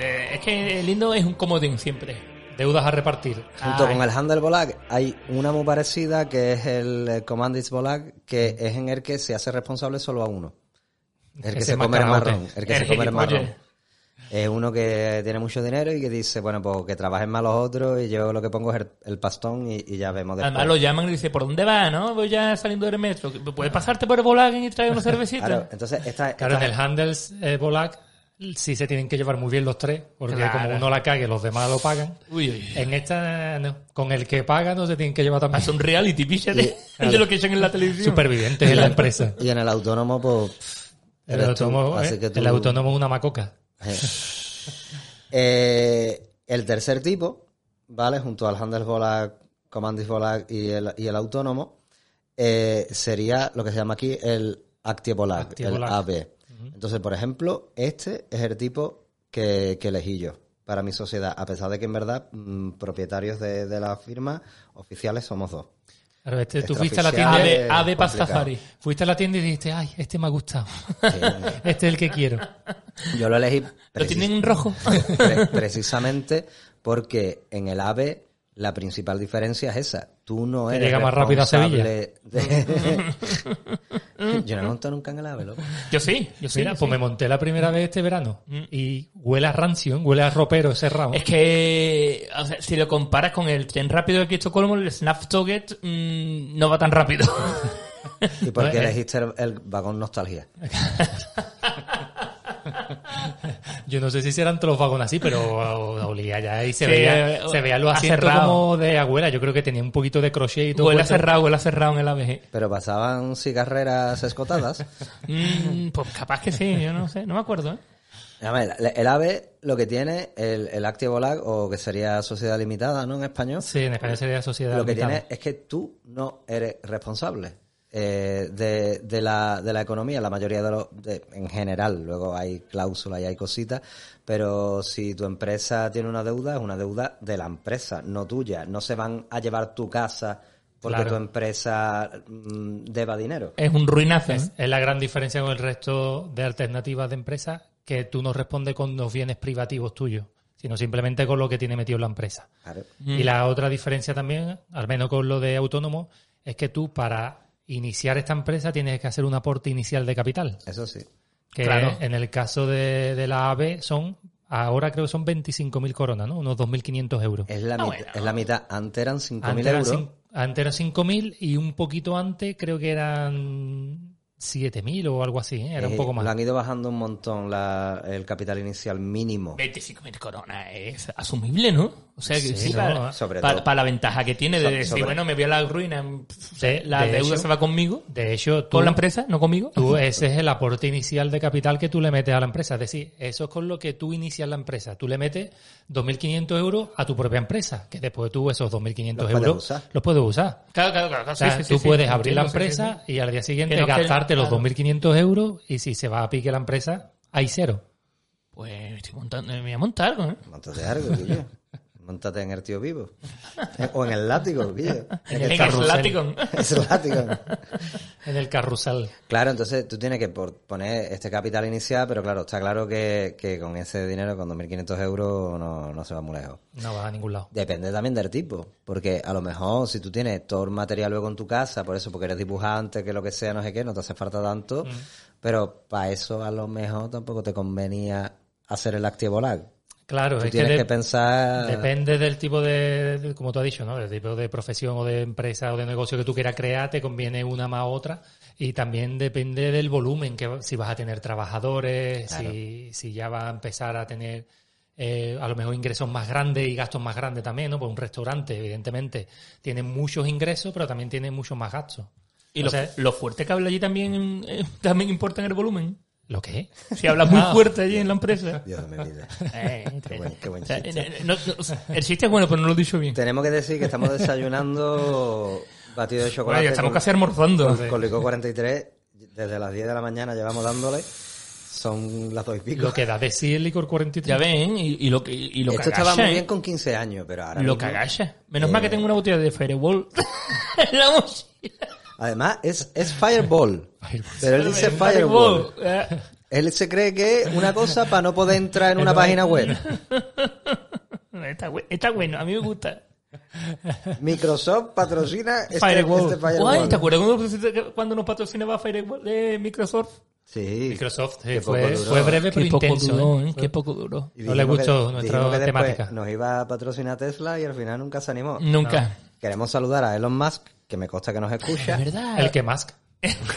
S3: eh, es que el himno es un comodín siempre
S5: Deudas a repartir.
S4: Junto
S3: Ay.
S4: con el Handelbolag hay una muy parecida que es el eh, Commandis Bolag, que
S3: Mm.
S4: es en el que se hace responsable solo a uno. El que
S5: Ese
S4: se come el
S5: macarrote.
S4: marrón. El que se
S3: El
S4: come el marrón.
S3: gilipollas.
S4: Es uno que tiene mucho dinero y que dice, bueno, pues que trabajen más los otros y yo lo que pongo es el, el pastón y, y ya vemos después.
S3: Además lo llaman y dice, ¿por dónde vas? ¿No? Voy ya saliendo del metro. ¿Puedes pasarte por Volagen y traer una cervecita?
S4: Claro, entonces esta,
S5: Claro, en
S4: esta-
S5: el Handels eh, Bolac sí se tienen que llevar muy bien los tres, porque
S3: Claro.
S5: como uno la cague, los demás lo pagan.
S3: Uy, uy.
S5: En esta, no. Con el que paga no se tienen que llevar tan
S3: Hace un reality, píchate. de lo que echan en la televisión.
S5: supervivientes en la empresa.
S4: Y en el autónomo, pues. pff,
S5: El
S4: eres tú,
S5: autónomo,
S4: así
S5: eh,
S4: que tú-
S5: el autónomo es una macoca.
S4: Eh, el tercer tipo, ¿vale? Junto al Handelsbolag, Commandisbolag y el, y el autónomo, eh, sería lo que se llama aquí el Actiebolag, el
S5: Actiebolag.
S4: AB. Entonces, por ejemplo, este es el tipo que, que elegí yo para mi sociedad, a pesar de que en verdad mm, propietarios de, de la firma oficiales somos dos.
S5: Claro, este, tú
S4: Extraoficial.
S5: fuiste a la
S3: A
S5: tienda,
S3: de, a de
S4: Complicado.
S3: Pastafari.
S5: fuiste a la tienda y dijiste, ay, este me ha gustado.
S4: Sí.
S5: Este es el que quiero.
S4: Yo lo elegí
S3: Lo
S4: precis-
S3: tienen en rojo.
S4: Pre- precisamente porque en el AVE la principal diferencia es esa. Tú no
S5: Que
S4: eres.
S5: llega más rápido a
S4: responsable de- Yo no he montado nunca en el AVE, loco.
S3: Yo sí, yo sí.
S5: Mira,
S3: yo sí.
S5: pues
S3: Mm.
S5: me monté la primera vez este verano y huele a rancio, huele a ropero ese ramo.
S3: Es que o sea, si lo comparas con el tren rápido de aquí a Estocolmo, el Snaptoget mm, no va tan rápido.
S4: ¿Y por qué
S5: No, eh.
S4: elegiste el, el vagón nostalgia?
S5: Yo no sé si serán todos los vagones así, pero o- olía ya y se
S3: Sí,
S5: veía,
S3: eh,
S5: se veía los asientos
S3: acerrado.
S5: como de abuela. Yo creo que tenía un poquito de crochet y todo.
S3: huele a
S5: puesto.
S3: cerrado, huele a cerrado en el ABG.
S4: Pero pasaban cigarreras escotadas.
S3: Mm, pues capaz que sí, yo no sé, no me acuerdo. ¿eh?
S4: A ver, el, el AVE lo que tiene, el, el Activolag, o que sería sociedad limitada, ¿no? En español.
S5: Sí, en España sería sociedad.
S4: lo que
S5: limitada.
S4: tiene es que tú no eres responsable eh, de, de la, de la economía, la mayoría de los, de- en general, luego hay cláusulas y hay cositas, pero si tu empresa tiene una deuda, es una deuda de la empresa, no tuya, no se van a llevar tu casa porque
S5: Claro.
S4: tu empresa mm, deba dinero.
S3: Es un ruinazo. ¿eh?
S5: Es la gran diferencia con el resto de alternativas de empresas que tú no respondes con los bienes privativos tuyos, sino simplemente con lo que tiene metido la empresa.
S4: Claro.
S3: ¿eh?
S5: Y la
S3: Mm.
S5: otra diferencia también, al menos con lo de autónomo, es que tú para iniciar esta empresa tienes que hacer un aporte inicial de capital,
S4: Eso sí.
S5: que
S3: Claro.
S5: en el caso de, de la AB son Ahora creo que son 25.000 coronas, ¿no? Unos 2.500 euros.
S4: Es la,
S3: Ah,
S4: mitad-
S3: bueno.
S4: es la mitad. Antes eran 5.000
S5: Antes eran,
S4: euros.
S5: cin- antes eran 5.000 y un poquito antes creo que eran 7.000 o algo así, ¿eh? era un
S4: Eh,
S5: poco
S4: Lo
S5: más.
S4: han ido bajando un montón la- el capital inicial mínimo.
S3: 25.000 Mm. coronas es asumible, ¿no? O sea, que
S5: Sí,
S3: sí,
S5: no,
S3: para,
S4: sobre
S3: para-
S4: todo.
S3: para la ventaja que tiene de
S4: So-
S3: decir,
S4: sobre-
S3: bueno, me voy a la ruina, mm,
S5: De-
S3: la
S5: de
S3: deuda
S5: hecho-
S3: se va conmigo,
S5: De hecho, tú,
S3: con la empresa, no conmigo.
S5: tú- ese es el aporte inicial de capital que tú le metes a la empresa. Es decir, eso es con lo que tú inicias la empresa. Tú le metes 2.500 euros a tu propia empresa, que después tú esos 2.500
S4: Los
S5: euros
S4: puedes usar.
S5: los puedes usar.
S3: Claro, claro, claro.
S5: O sea, tú puedes abrir la empresa y al día siguiente
S3: Que no quede-
S5: gastarte los
S3: claro.
S5: 2.500 euros y si se va a pique la empresa, hay cero.
S3: Pues estoy montando, me voy a montar, ¿eh?
S4: Móntate algo, Guillo. Móntate en el tío vivo. Eh, O en el látigo, Guillo.
S3: En
S5: el
S3: el
S5: carrusel.
S3: Atlático.
S4: Es el látigo.
S5: En el carrusel.
S4: Claro, entonces tú tienes que por- poner este capital inicial, pero claro, está claro que, que con ese dinero, con 2.500 euros, no, no se va muy lejos.
S5: No vas a ningún lado.
S4: Depende también del tipo, porque a lo mejor si tú tienes todo el material luego en tu casa, por eso, porque eres dibujante, que lo que sea, no sé qué, no te hace falta tanto,
S5: Mm.
S4: pero para eso a lo mejor tampoco te convenía hacer el activo lag.
S5: Claro,
S4: Tú
S5: Pues es
S4: tienes que,
S5: de-
S4: pensar...
S5: Depende del tipo de, de- como tú has dicho, ¿no? Del tipo de profesión o de empresa o de negocio que tú quieras crear, te conviene una más otra. Y también depende del volumen, que va- si vas a tener trabajadores,
S4: Claro.
S5: si, si ya vas a empezar a tener eh, a lo mejor ingresos más grandes y gastos más grandes también, ¿no? Pues un restaurante, evidentemente, tiene muchos ingresos, pero también tiene muchos más gastos.
S3: Y
S5: O
S3: lo,
S5: sea-
S3: lo fuerte que habla allí también, eh, también importa en el volumen.
S5: ¿Lo que es?
S3: Si hablas muy
S5: Ah.
S3: fuerte allí en la empresa.
S4: Dios de mi vida.
S3: Eh,
S4: Qué buen- qué buen
S3: o sea,
S4: chiste.
S3: eh, no- no, o sea, el chiste es bueno, pero no lo he dicho bien.
S4: Tenemos que decir que estamos desayunando batido de
S3: Bueno,
S4: chocolate
S3: ya estamos
S4: con,
S3: casi almorzando.
S4: con- con licor 43, desde las 10 de la mañana llevamos dándole, son las 2 y pico.
S5: Lo que da de sí el licor 43.
S3: Ya ven, y, y lo que y lo
S4: Esto
S3: que
S4: estaba
S3: agacha,
S4: muy
S3: ¿eh?
S4: bien con 15 años, pero ahora
S3: Lo
S4: mismo-
S3: que agacha. Menos mal que tengo una botella de Fireball en la mochila.
S4: Además, es, es Fireball. Pero él dice
S3: Fireball.
S4: Fireball. Él se cree que es una cosa para no poder entrar en una página web.
S3: Eh, Está, bu- está bueno, a mí me gusta.
S4: Microsoft patrocina este
S3: Firewall.
S4: este
S3: Guay, ¿Te
S4: Fireball.
S3: acuerdas cuando, cuando nos patrocinaba Firewall de Microsoft?
S4: Sí.
S5: Microsoft eh,
S4: Qué poco
S5: fue,
S4: duró.
S5: fue breve pero
S3: Qué poco
S5: intenso.
S3: duró,
S5: ¿eh?
S3: ¿eh? Qué poco duró.
S4: Y
S5: No le
S4: dijimos
S5: gustó
S4: que-
S5: nuestra
S4: dijimos que después
S5: temática.
S4: Nos iba a patrocinar Tesla y al final nunca se animó.
S3: Nunca.
S4: Queremos saludar a Elon Musk, que me consta que nos escucha.
S3: Es verdad.
S5: El que más.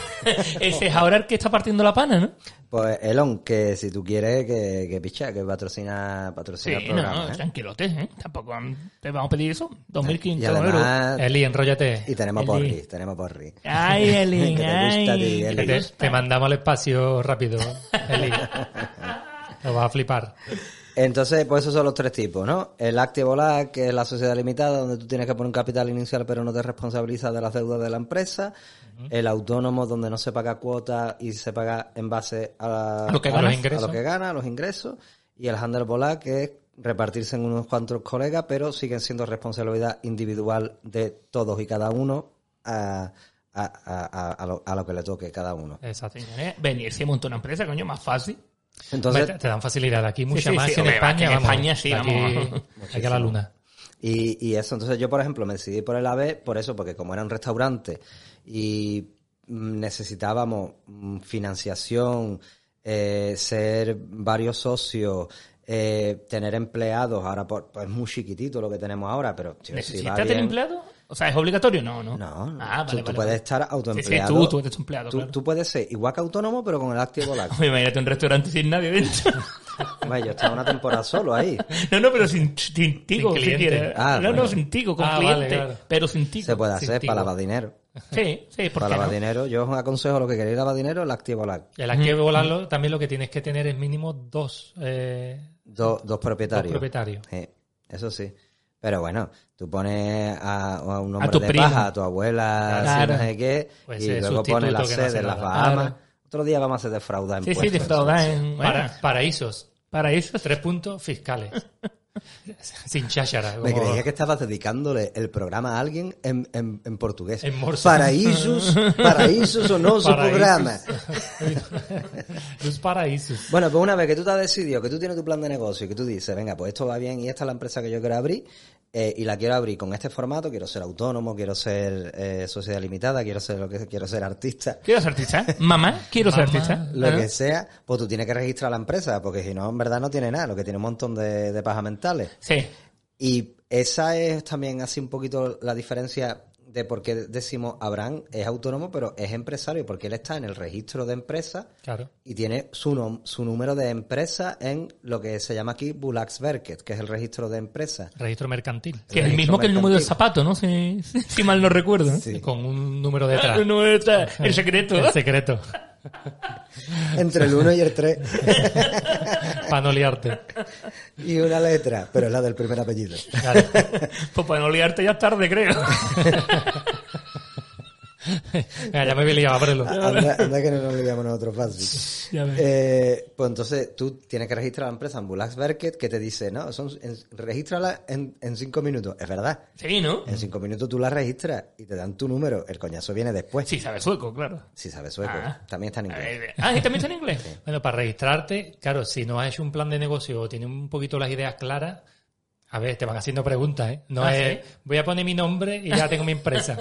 S3: Ese es ahora el que está partiendo la pana, ¿no?
S4: Pues Elon, que si tú quieres, que, que picha, que patrocina, patrocina el
S3: Sí,
S4: programa.
S3: no,
S4: ¿eh?
S3: tranquilote, ¿eh? Tampoco mm, te vamos a pedir eso. 2.500
S4: Y
S3: euros.
S4: además,
S5: Eli, enróllate.
S4: ¿eh? y tenemos
S3: Eli.
S4: porri, tenemos porri.
S3: Ay, Eli,
S4: Que te
S3: ay.
S4: gusta a ti,
S3: que te
S4: Eli.
S5: Te,
S3: gusta.
S5: te mandamos al espacio rápido, Eli. Lo vas a flipar.
S4: Entonces, pues esos son los tres tipos, ¿no? El Active Lag, que es la sociedad limitada, donde tú tienes que poner un capital inicial pero no te responsabilizas de las deudas de la empresa. El autónomo, donde no se paga cuota y se paga en base a,
S3: A lo que
S5: gana.
S4: los,
S5: ingresos.
S4: a lo que gana, a los ingresos. Y el Handel Lag, que es repartirse en unos cuantos colegas, pero siguen siendo responsabilidad individual de todos y cada uno a, a- a- a- a lo, a lo que le toque cada uno.
S5: Exacto.
S3: Señores, venirse y montar una empresa, coño, más fácil.
S4: Entonces,
S5: Hombre, te, te dan facilidad. Aquí mucha
S3: sí,
S5: más
S3: sí,
S5: que en
S3: hombre,
S5: España.
S3: aquí en
S5: vamos.
S3: España sí,
S5: aquí,
S3: vamos.
S5: aquí a la luna.
S4: Y, y eso, entonces yo, por ejemplo, me decidí por el AB por eso, porque como era un restaurante y mm, necesitábamos mm, financiación, eh, ser varios socios, eh, tener empleados, ahora por- pues es muy chiquitito lo que tenemos ahora, pero tío, si va
S3: ¿Necesitas tener
S4: bien-
S3: empleado? O sea, ¿es obligatorio? No, no.
S4: No, no.
S3: Ah, vale,
S4: tú, tú
S3: vale, vale.
S4: puedes estar autoempleado.
S3: Sí, sí, tú- tú eres empleado,
S4: Tú,
S3: claro.
S4: tú puedes ser igual que autónomo, pero con el activo lag.
S3: Imagínate un restaurante sin nadie dentro.
S4: Hombre, yo estaba una temporada solo ahí.
S3: No, no, pero sin, sin tigo,
S5: Sin
S3: si
S5: cliente.
S3: quieres.
S4: Ah,
S3: no,
S4: bueno.
S3: no, sin tigo, con
S5: Ah, vale,
S3: cliente.
S5: claro.
S3: Pero sin tigo.
S4: Se puede hacer
S5: Incentivo.
S4: para lavar dinero.
S3: Sí, sí, ¿por
S4: Para
S3: qué
S4: lavar
S3: no?
S4: dinero, yo os aconsejo lo que queréis lavar dinero, el activo lag.
S5: Y a la que volarlo, también lo que tienes que tener es mínimo dos, eh,
S4: Do- dos
S5: dos
S4: propietarios.
S5: propietarios.
S4: Sí, eso sí. Pero bueno, tú pones a, a un hombre
S3: tu
S4: de
S3: primo.
S4: paja, a tu abuela,
S3: Claro.
S4: si no sé qué,
S5: Pues
S4: y
S5: ese
S4: luego pones la
S5: sustituto que
S4: sede
S5: no hace
S4: en las
S5: nada.
S4: Bahamas.
S5: Claro.
S4: Otro día vamos a hacer defraudar
S3: Sí,
S4: impuestos.
S3: sí, defraudar. en-
S5: Para,
S3: Bueno,
S5: paraísos.
S3: para eso.
S5: Tres puntos fiscales. Sin cháchara.
S4: Me
S5: como-
S4: creía que estabas dedicándole el programa a alguien en, en, en portugués.
S5: En morse.
S4: paraísos, paraísos o no su
S5: Paraísos.
S4: programa.
S5: Los paraísos.
S4: Bueno, pues una vez que tú te has decidido, que tú tienes tu plan de negocio, y que tú dices, venga, pues esto va bien y esta es la empresa que yo quiero abrir, eh, y la quiero abrir con este formato, quiero ser autónomo, quiero ser eh, sociedad limitada, quiero ser lo que quiero ser artista,
S3: Quiero ser artista. Mamá, quiero ser
S5: Mamá.
S3: artista. ¿Eh?
S4: lo
S3: Claro.
S4: que sea, pues tú tienes que registrar la empresa, porque si no, en verdad no tiene nada, lo que tiene un montón de, de pajas mentales.
S3: Sí.
S4: Y esa es también así un poquito la diferencia de por qué decimos Abraham es autónomo, pero es empresario, porque él está en el registro de empresas
S5: Claro.
S4: y tiene su, nom- su número de empresa en lo que se llama aquí Bulagsverket, que es el registro de empresas.
S5: Registro mercantil.
S3: Que es el mismo que el número del zapato, ¿no? Si, si mal no recuerdo. ¿no?
S4: Sí.
S5: Con un número detrás.
S3: El número está- el secreto.
S5: El secreto.
S4: Entre el 1 y el 3
S5: para no liarte.
S4: y una letra, pero es la del primer apellido.
S5: Claro.
S3: Pues para no liarte ya es tarde, creo.
S5: Venga, ya me había liado, ábrelo.
S4: Anda, anda que no nos olvidamos nosotros fácil.
S3: Ya ves.
S4: Eh, pues entonces tú tienes que registrar la empresa en Bulagsverket que te dice, no, son, en- regístrala en, en cinco minutos. Es verdad.
S3: Sí, ¿no?
S4: En cinco minutos tú la registras y te dan tu número. El coñazo viene después.
S3: Sí, sabe sueco, claro.
S4: Si sabes sueco.
S3: Ah.
S4: También está en
S3: A
S4: inglés.
S3: ver, Ah, ¿y también está en inglés?
S5: Bueno, para registrarte, claro, si no has hecho un plan de negocio o tienes un poquito las ideas claras, a ver, te van haciendo preguntas, ¿eh? No
S3: Ah,
S5: es, voy a poner mi nombre y ya tengo mi empresa.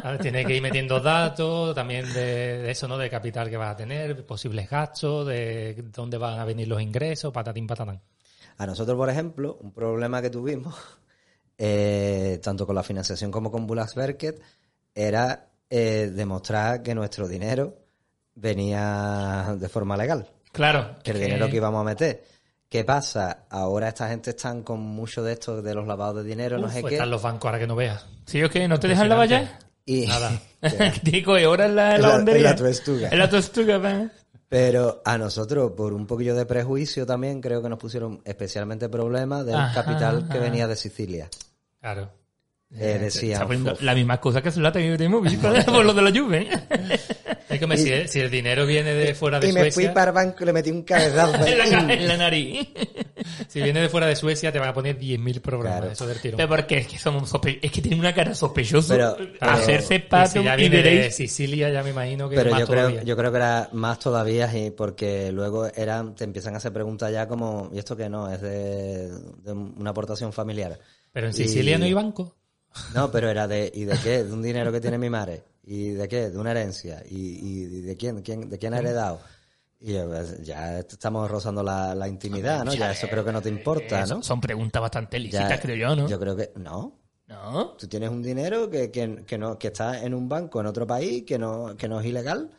S5: A ver, tienes que ir metiendo datos también de, de eso, ¿no? De capital que vas a tener, posibles gastos, de dónde van a venir los ingresos, patatín, patatán.
S4: A nosotros, por ejemplo, un problema que tuvimos, eh, tanto con la financiación como con Bulagsverket, era eh, demostrar que nuestro dinero venía de forma legal.
S3: Claro.
S4: que el
S3: que-
S4: dinero que íbamos a meter. ¿Qué pasa? Ahora esta gente están con mucho de esto de los lavados de dinero, no
S5: Uf,
S4: sé qué.
S5: están los bancos ahora que no veas.
S3: Sí, ok, ¿no te dejan lavar ya?
S4: Y,
S5: Nada.
S3: Digo, ¿y ahora la
S4: En la-
S3: lavandería?
S4: en la tuestuga.
S3: En la tuestuga, va.
S4: pero a nosotros, por un poquillo de prejuicio también, creo que nos pusieron especialmente problemas del
S3: Ajá,
S4: capital que
S3: ajá.
S4: venía de Sicilia.
S5: Claro.
S4: Eh, decía,
S3: Está poniendo
S4: "Uf".
S3: pues, la misma cosa que se la tengo de móvil, ¿vale? por lo de la lluvia.
S5: Es que me- si, el, si el dinero viene de fuera de
S4: y me fui
S5: Suecia,
S4: para el banco y le metí un cabezazo.
S3: en, la, ca- en la nariz.
S5: si viene de fuera de Suecia te van a poner 10.000 programas,
S4: Claro.
S5: eso del tirón.
S3: Pero porque es que somos sospe- es que tiene una cara sospechosa.
S4: Pero- pero-
S3: Hacerse
S5: Y
S3: pato
S5: si ya
S3: y
S5: viene de
S3: veréis.
S5: Sicilia, ya me imagino que
S4: Pero
S5: más
S4: yo creo,
S5: todavía.
S4: yo creo que era más todavía sí, porque luego eran, te empiezan a hacer preguntas ya como, ¿y esto qué no? Es de, de una aportación familiar.
S5: Pero en
S4: Y-
S5: Sicilia no hay banco.
S4: No, pero era de, ¿y de qué? De un dinero que tiene mi madre. ¿Y de qué? De una herencia. ¿Y, y de quién? quién- ¿De quién ha heredado? Y yo, pues, ya estamos rozando la, la intimidad, ¿no? Ya eso creo que no te importa,
S3: Eh,
S4: ¿no?
S3: son- Son preguntas bastante
S4: Ya-
S3: lícitas, creo yo, ¿no?
S4: Yo creo que no.
S3: ¿No?
S4: Tú tienes un dinero que, que, que no, que está en un banco en otro país, que no, que no es ilegal.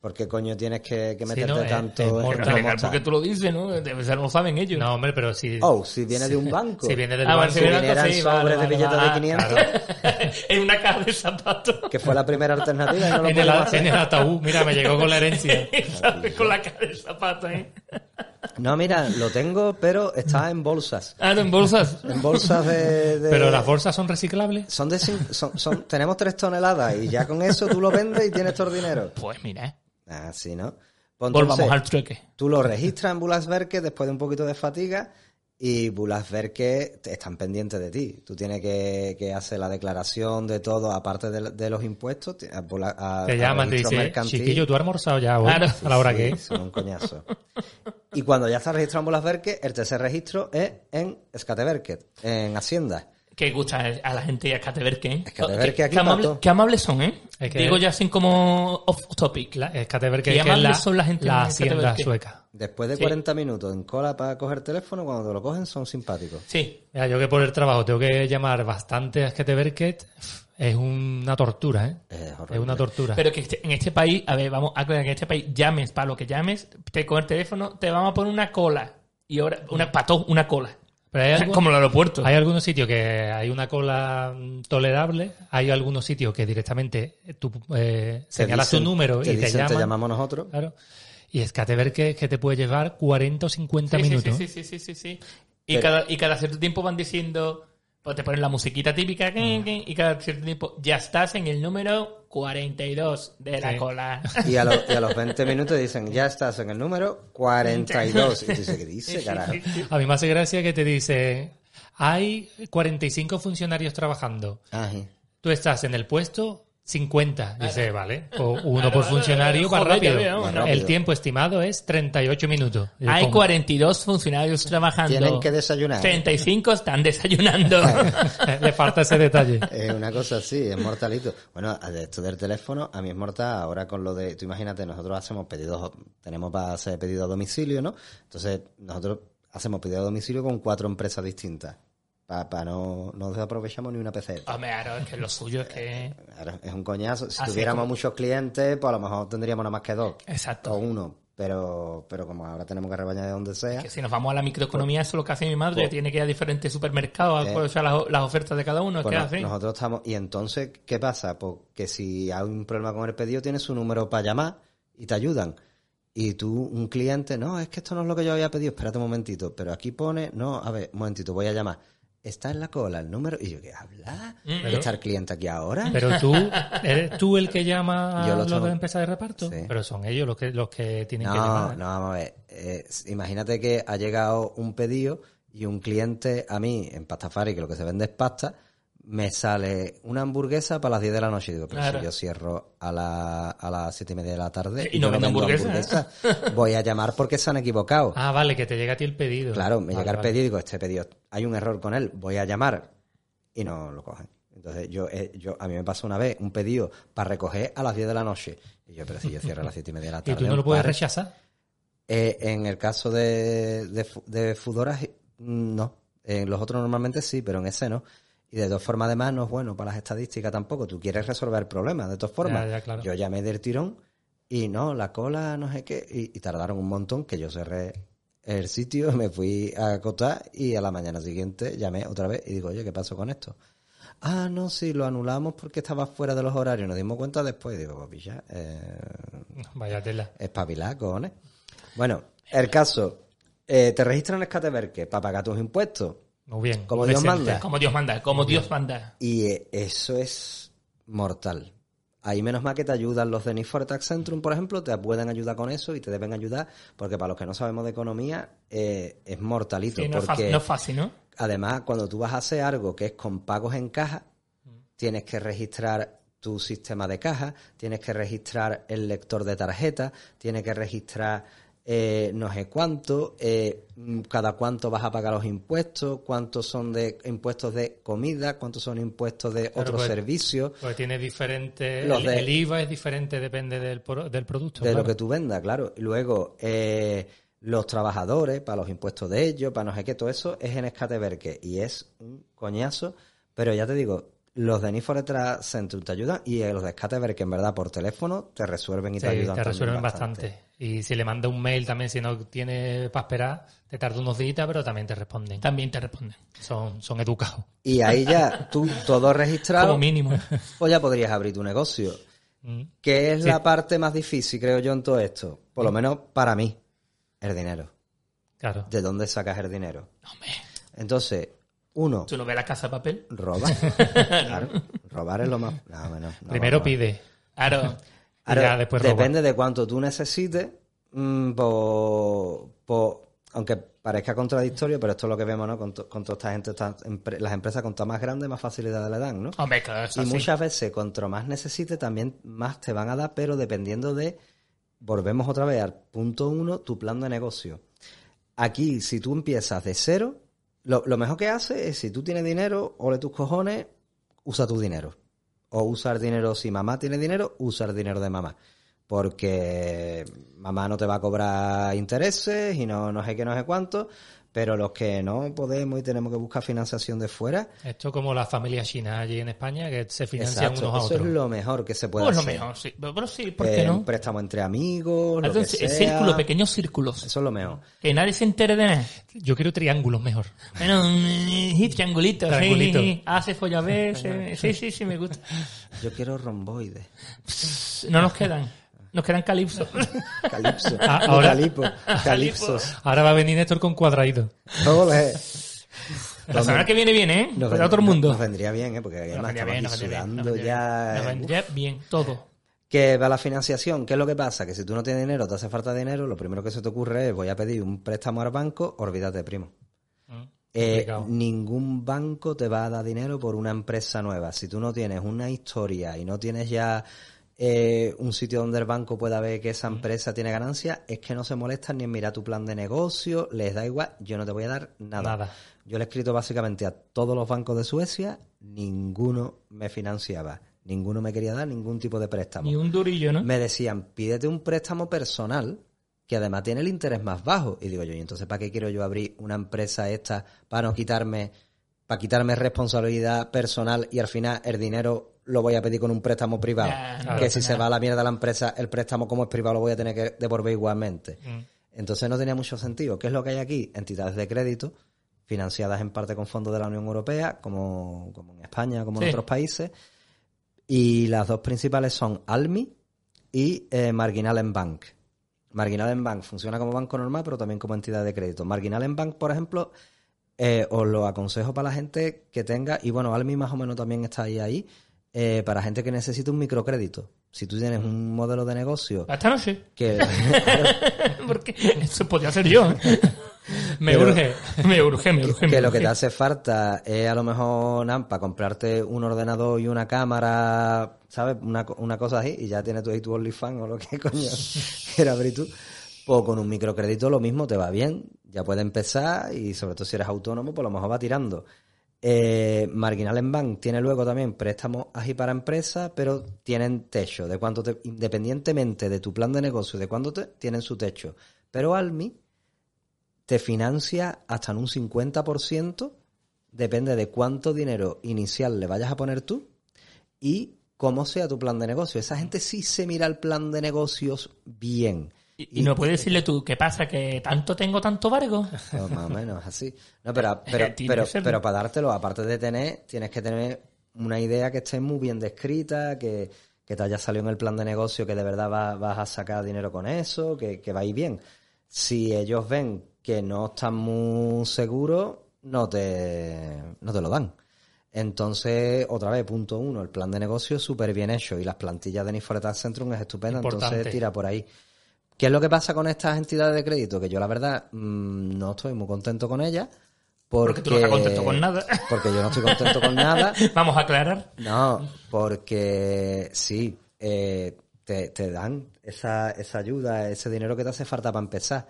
S4: ¿Por qué coño tienes que, que
S5: Sí,
S4: meterte
S5: no, es-
S4: tanto
S5: es
S4: en
S5: mortal.
S4: cómo
S3: Pero legal
S4: está?
S3: porque tú lo dices, ¿no? Debe ser, lo saben ellos.
S5: No, hombre, pero si,
S4: Oh, si viene de un banco.
S5: si viene del
S3: Ah, bueno,
S5: banco,
S4: Si
S3: si viene-
S4: vinieran
S3: sí, vale,
S4: sobres
S3: vale,
S4: de billetes
S3: vale.
S4: de 500,
S3: en una caja de zapatos.
S4: que fue la primera alternativa y no lo
S5: en, el,
S4: podemos hacer.
S5: en el ataúd, mira, me llegó con la herencia.
S3: ¿Sabes? Con la caja de zapatos, ¿eh?
S4: No, mira, lo tengo, pero está en bolsas.
S3: Ah, no, en bolsas.
S4: En bolsas de... de-
S5: Pero las bolsas son reciclables.
S4: Son de cin- son, son- tenemos tres toneladas y ya con eso tú lo vendes y tienes todo el dinero.
S3: Pues
S5: ¿eh?
S3: mira,
S4: Ah, sí, ¿no? Pues
S3: volvamos
S4: entonces,
S3: al trueque.
S4: tú lo registras en Bulasverque después de un poquito de fatiga y Bulasverque te- están pendientes de ti. Tú tienes que, que hacer la declaración de todo, aparte de, de los impuestos. ti- a Bula- a-
S5: Te
S4: a
S5: llaman, te
S4: registro
S5: dicen, "Eh,
S4: mercantil.
S5: chiquillo, tú has almorzado ya hoy,
S3: Claro.
S5: a la hora
S4: Sí,
S5: que es.
S4: son un coñazo. Y cuando ya está registrado en Bulasverque, el tercer registro es en Skateverket, en Hacienda.
S3: Que gusta a la gente y a Cateverque, ¿eh?
S4: Cateverque aquí
S3: Qué amables-
S4: mató.
S3: qué amables son, ¿eh?
S5: Es que-
S3: Digo ya sin como off topic.
S5: La- es Catever, que
S3: Y
S5: que es
S3: amables
S5: la,
S3: son la gente
S5: la
S3: en
S5: hacienda
S3: Catever, que-
S5: sueca.
S4: Después de
S3: Sí.
S4: 40 minutos en cola para coger teléfono, cuando te lo cogen son simpáticos.
S3: Sí.
S5: Mira, yo que por el trabajo tengo que llamar bastante a Skateverket, es una tortura, ¿eh?
S4: Es horrible.
S5: Es una tortura.
S3: Pero que este- en este país, a ver, vamos a aclarar que en este país llames para lo que llames, te con el teléfono, te vamos a poner una cola. Y ahora, una pató, una cola.
S5: Pero hay algo-
S3: Como el aeropuerto.
S5: Hay algunos sitios que hay una cola mm, tolerable, hay algunos sitios que directamente tú eh,
S4: Te
S5: señalas
S4: dicen-
S5: tu número y te
S4: dicen,
S5: llaman.
S4: llamamos nosotros.
S5: Claro. Y es que te ver que, que te puede llevar 40 o 50
S3: Sí, sí,
S5: minutos.
S3: Sí, sí, sí, sí, sí. Y, cada, y cada cierto tiempo van diciendo, pues te ponen la musiquita típica, que-
S5: Ah.
S3: que- y cada cierto tiempo ya estás en el número 42 de la
S5: Sí.
S3: cola.
S4: Y a, lo- y a los 20 minutos dicen, ya estás en el número 42. Y tú dices, ¿qué dice, carajo?
S5: A mí me hace gracia que te dice, hay 45 funcionarios trabajando.
S4: Ají.
S5: Tú estás en el puesto 50. Dice, vale. O uno por
S3: vale,
S5: funcionario,
S3: vale,
S5: más
S3: joder, ya
S5: rápido.
S3: veo,
S4: Más
S5: El
S4: ¿no? rápido.
S5: tiempo estimado es 38 minutos. Y yo,
S3: Hay
S5: ¿cómo?
S3: 42 funcionarios trabajando.
S4: Tienen que desayunar.
S3: 35 están desayunando.
S5: Le falta ese detalle.
S4: Es una cosa así, es mortalito. Bueno, de esto del teléfono, a mí es mortal. Ahora con lo de, tú imagínate, nosotros hacemos pedidos, tenemos para hacer pedido a domicilio, ¿no? Entonces, nosotros hacemos pedido a domicilio con cuatro empresas distintas. Para no, no desaprovechamos ni una PC.
S3: Hombre, claro, es que lo suyo es que...
S4: Ahora, Es un coñazo. Si
S3: Ah. Así
S4: tuviéramos
S3: como-
S4: muchos clientes, pues a lo mejor tendríamos nada más que dos. O
S3: Exacto.
S4: uno. Pero, pero como ahora tenemos que rebañar de donde sea.
S3: Que si nos vamos a la microeconomía, eso es lo que hace mi madre.
S4: Pues-
S3: tiene que ir a diferentes supermercados a
S4: Eh.
S3: aprovechar las, las ofertas de cada uno.
S4: Pues
S3: ¿Qué
S4: no-
S3: hace?
S4: nosotros estamos. Y entonces, ¿qué pasa? Pues que si hay un problema con el pedido, tienes un número para llamar y te ayudan. Y tú, un cliente, no, es que esto no es lo que yo había pedido, espérate un momentito. Pero aquí pone, no, a ver, un momentito, voy a llamar. Está en la cola el número. Y yo, ¿qué habla?
S5: Pero-
S4: ¿Está el cliente aquí ahora?
S5: Pero tú, ¿eres tú el que llama
S4: Yo lo
S5: a los
S4: tengo-
S5: de la empresa de reparto?
S4: Sí.
S5: Pero son ellos los que, los que tienen que
S4: No,
S5: llamar.
S4: no, vamos a ver. Eh, s- imagínate que ha llegado un pedido y un cliente a mí en Pastafari, que lo que se vende es pasta, me sale una hamburguesa para las 10 de la noche. Y digo, pero
S3: Claro.
S4: si yo cierro a, la- a las 7 y media de la tarde
S3: Y no
S4: yo
S3: vendo hamburguesa,
S4: hamburguesa, voy a llamar porque se han equivocado.
S5: Ah, vale, que te llega a ti el pedido.
S4: Pues claro, me
S5: Vale,
S4: llega el
S5: vale.
S4: pedido y digo, este pedido, hay un error con él, voy a llamar. Y no lo cogen. Entonces, yo, eh, yo a mí me pasó una vez un pedido para recoger a las 10 de la noche. Y yo, pero si yo cierro a las 7 y media de la tarde.
S5: Y tú no lo
S4: un
S5: puedes
S4: par-
S5: rechazar.
S4: eh, en el caso de, de, fu- de Fudora, je- no. En los otros normalmente sí, pero en ese no. Y de dos formas, además, no es bueno para las estadísticas tampoco. Tú quieres resolver el problema, de dos formas.
S5: Ya, ya, claro.
S4: Yo llamé del tirón y no, la cola, no sé qué. Y, y tardaron un montón que yo cerré el sitio, me fui a acotar y a la mañana siguiente llamé otra vez y digo, oye, ¿qué pasó con esto? Ah, no, sí, lo anulamos porque estaba fuera de los horarios. Nos dimos cuenta después. Y digo, pues pilla, eh,
S5: Vaya tela.
S4: Espabilá, cojones. Bueno, el caso. eh, te registran en Escateverque para pagar tus impuestos.
S5: Muy bien.
S4: Como Dios
S5: Presente.
S4: manda.
S3: Como Dios manda, como Dios manda.
S4: Y eh, eso es mortal. Ahí menos mal que te ayudan los de Need for Tax Centrum, por ejemplo, te pueden ayudar con eso y te deben ayudar, porque para los que no sabemos de economía, eh, es mortalito.
S3: Sí, no, es
S4: porque
S3: fácil, no es fácil, ¿no?
S4: Además, cuando tú vas a hacer algo que es con pagos en caja,
S5: Mm.
S4: tienes que registrar tu sistema de caja, tienes que registrar el lector de tarjeta, tienes que registrar eh, no sé cuánto, eh, mm, cada cuánto vas a pagar los impuestos, cuántos son de impuestos de comida, cuántos son impuestos de
S5: Claro,
S4: otros
S5: pues,
S4: servicios,
S5: Porque tiene diferente.
S4: Los
S5: el,
S4: de-
S5: el IVA es diferente, depende del, pro- del producto.
S4: de lo
S5: claro.
S4: que tú vendas, claro. Y luego, eh, los trabajadores, para los impuestos de ellos, para no sé qué, todo eso es en Escateverque. Y es un coñazo. Pero ya te digo, los de Niforetra Centrum te ayudan y eh, los de Escateverque, en verdad, por teléfono, te resuelven y te
S5: Sí,
S4: ayudan.
S5: te
S4: también
S5: resuelven bastante. Y si le manda un mail también, si no tiene para esperar, te tarda unos días, pero también te responden.
S3: También te responden.
S5: Son, son educados.
S4: Y ahí ya tú, todo registrado,
S3: Como mínimo.
S4: pues ya podrías abrir tu negocio.
S5: Mm.
S4: Que es
S5: Sí. Mm.
S4: la parte más difícil, creo yo, en todo esto. Por lo menos para mí, el dinero.
S5: Claro.
S4: ¿De dónde sacas el dinero?
S3: Hombre,
S4: Entonces, uno,
S3: ¿Tú no ves la casa de papel?
S4: Roba. Claro. Robar es lo más. No, bueno, no,
S5: Primero
S4: no.
S5: pide.
S3: Claro.
S4: Ahora,
S5: ya después roba.
S4: depende de cuánto tú necesites. mm, po- po- aunque parezca contradictorio, pero esto es lo que vemos, ¿no? Con, to- con toda esta gente, estas empre- las empresas, cuanto más grandes, más facilidades le dan, ¿no?
S3: Hombre, claro, eso
S4: y
S3: sí.
S4: muchas veces, cuanto más necesites, también más te van a dar, pero dependiendo de. Volvemos otra vez al punto uno, tu plan de negocio. Aquí, si tú empiezas de cero, lo, lo mejor que haces es, si tú tienes dinero, ole tus cojones, usa tu dinero. O usar dinero, si mamá tiene dinero, usar dinero de mamá. Porque mamá no te va a cobrar intereses y no, no sé qué, no sé cuánto. Pero los que no podemos y tenemos que buscar financiación de fuera,
S5: Esto como las familias chinas allí en España, que se financian
S4: Exacto,
S5: unos a
S4: eso
S5: otros.
S4: es lo mejor que se puede
S3: Pues lo
S4: hacer.
S3: mejor, sí. Pero, pero sí, ¿por
S4: Eh,
S3: qué
S4: Un
S3: no?
S4: préstamo entre amigos, lo
S3: Entonces,
S4: que
S3: el
S4: sea.
S3: círculo, pequeños círculos.
S4: Eso es lo mejor.
S3: Que nadie se entere de nada.
S5: Yo quiero triángulos mejor.
S3: Bueno, mm, triangulito,
S5: Triangulito.
S3: sí. Ah, Hace folla veces. Sí, sí, sí, me gusta.
S4: Yo quiero romboides.
S3: No nos quedan. Nos quedan calipso.
S4: Calipso.
S5: Ah,
S4: no,
S5: ahora-
S4: calipo, calipsos.
S5: Ahora va a venir Néstor con cuadraditos.
S4: Ole.
S3: La semana que viene viene, ¿eh?
S4: Nos
S3: Para
S4: ven-
S3: otro mundo.
S4: Nos vendría bien, ¿eh? Porque además
S3: vendría
S4: estamos
S3: bien,
S4: aquí
S3: nos vendría bien,
S4: sudando
S3: nos vendría bien.
S4: ya.
S3: Nos
S4: eh,
S3: vendría bien todo.
S4: Que va la financiación. ¿Qué es lo que pasa? Que si tú no tienes dinero, te hace falta dinero, lo primero que se te ocurre es voy a pedir un préstamo al banco, olvídate, primo. Eh,
S5: Ah, Complicado.
S4: ningún banco te va a dar dinero por una empresa nueva. Si tú no tienes una historia y no tienes ya eh, un sitio donde el banco pueda ver que esa empresa tiene ganancias, es que no se molestan ni en mirar tu plan de negocio, les da igual, yo no te voy a dar nada.
S5: Nada.
S4: Yo le he escrito básicamente a todos los bancos de Suecia, ninguno me financiaba, ninguno me quería dar ningún tipo de préstamo
S3: Ni un durillo, ¿no?
S4: me decían, pídete un préstamo personal que además tiene el interés más bajo. Y digo yo, ¿y entonces para qué quiero yo abrir una empresa esta para no quitarme, para quitarme responsabilidad personal y al final el dinero lo voy a pedir con un préstamo privado?
S3: Ya, no
S4: que
S3: pasa
S4: si se
S3: nada.
S4: va a la mierda la empresa, el préstamo como es privado lo voy a tener que devolver igualmente. Entonces no tenía mucho sentido. ¿Qué es lo que hay aquí? Entidades de crédito financiadas en parte con fondos de la Unión Europea, como, como en España, como en
S3: Sí.
S4: otros países. Y las dos principales son Almi y eh, Marginalen Bank. Marginalen Bank funciona como banco normal, pero también como entidad de crédito. Marginalen Bank, por ejemplo, eh, os lo aconsejo para la gente que tenga, y bueno, Almi más o menos también está ahí, ahí eh, para gente que necesite un microcrédito. Si tú tienes un modelo de negocio
S3: Esta noche.
S4: que...
S3: Porque eso podía ser yo. ¿eh? Me
S4: Pero-
S3: urge, me urge, me urge. me
S4: que lo que
S3: urge.
S4: te hace falta es a lo mejor, Nam, para comprarte un ordenador y una cámara, ¿sabes? Una, co- una cosa así, y ya tienes tú ahí tu OnlyFans o lo que coño quieras abrir tú. Pues con un microcrédito lo mismo te va bien, ya puedes empezar y sobre todo si eres autónomo, pues a lo mejor va tirando. Eh, Marginal en Bank tiene luego también préstamos así para empresas, pero tienen techo, de cuánto te- independientemente de tu plan de negocio, de cuánto te, tienen su techo. Pero Almi te financia hasta en un 50%, depende de cuánto dinero inicial le vayas a poner tú y cómo sea tu plan de negocio. Esa gente sí se mira el plan de negocios bien.
S3: Y, y no puedes decirle tú, ¿qué pasa? ¿Que tanto tengo, tanto vargo?
S4: O Pues más o menos así. No, pero, pero,
S3: Tiene que
S4: pero,
S3: serlo.
S4: pero para dártelo, aparte de tener, tienes que tener una idea que esté muy bien descrita, que, que te haya salido en el plan de negocio, que de verdad va- vas a sacar dinero con eso, que, que va a ir bien. Si ellos ven que no están muy seguros, no te, no te lo dan. Entonces, otra vez, punto uno, el plan de negocio es súper bien hecho y las plantillas de Nifoletal Centrum es estupenda,
S5: Importante.
S4: entonces tira por ahí. ¿Qué es lo que pasa con estas entidades de crédito? Que yo la verdad mm, no estoy muy contento con ellas. Porque,
S3: Porque tú no estás contento con nada.
S4: Porque yo no estoy contento con nada.
S3: Vamos a aclarar.
S4: No, porque sí, eh, te, te dan esa, esa ayuda, ese dinero que te hace falta para empezar.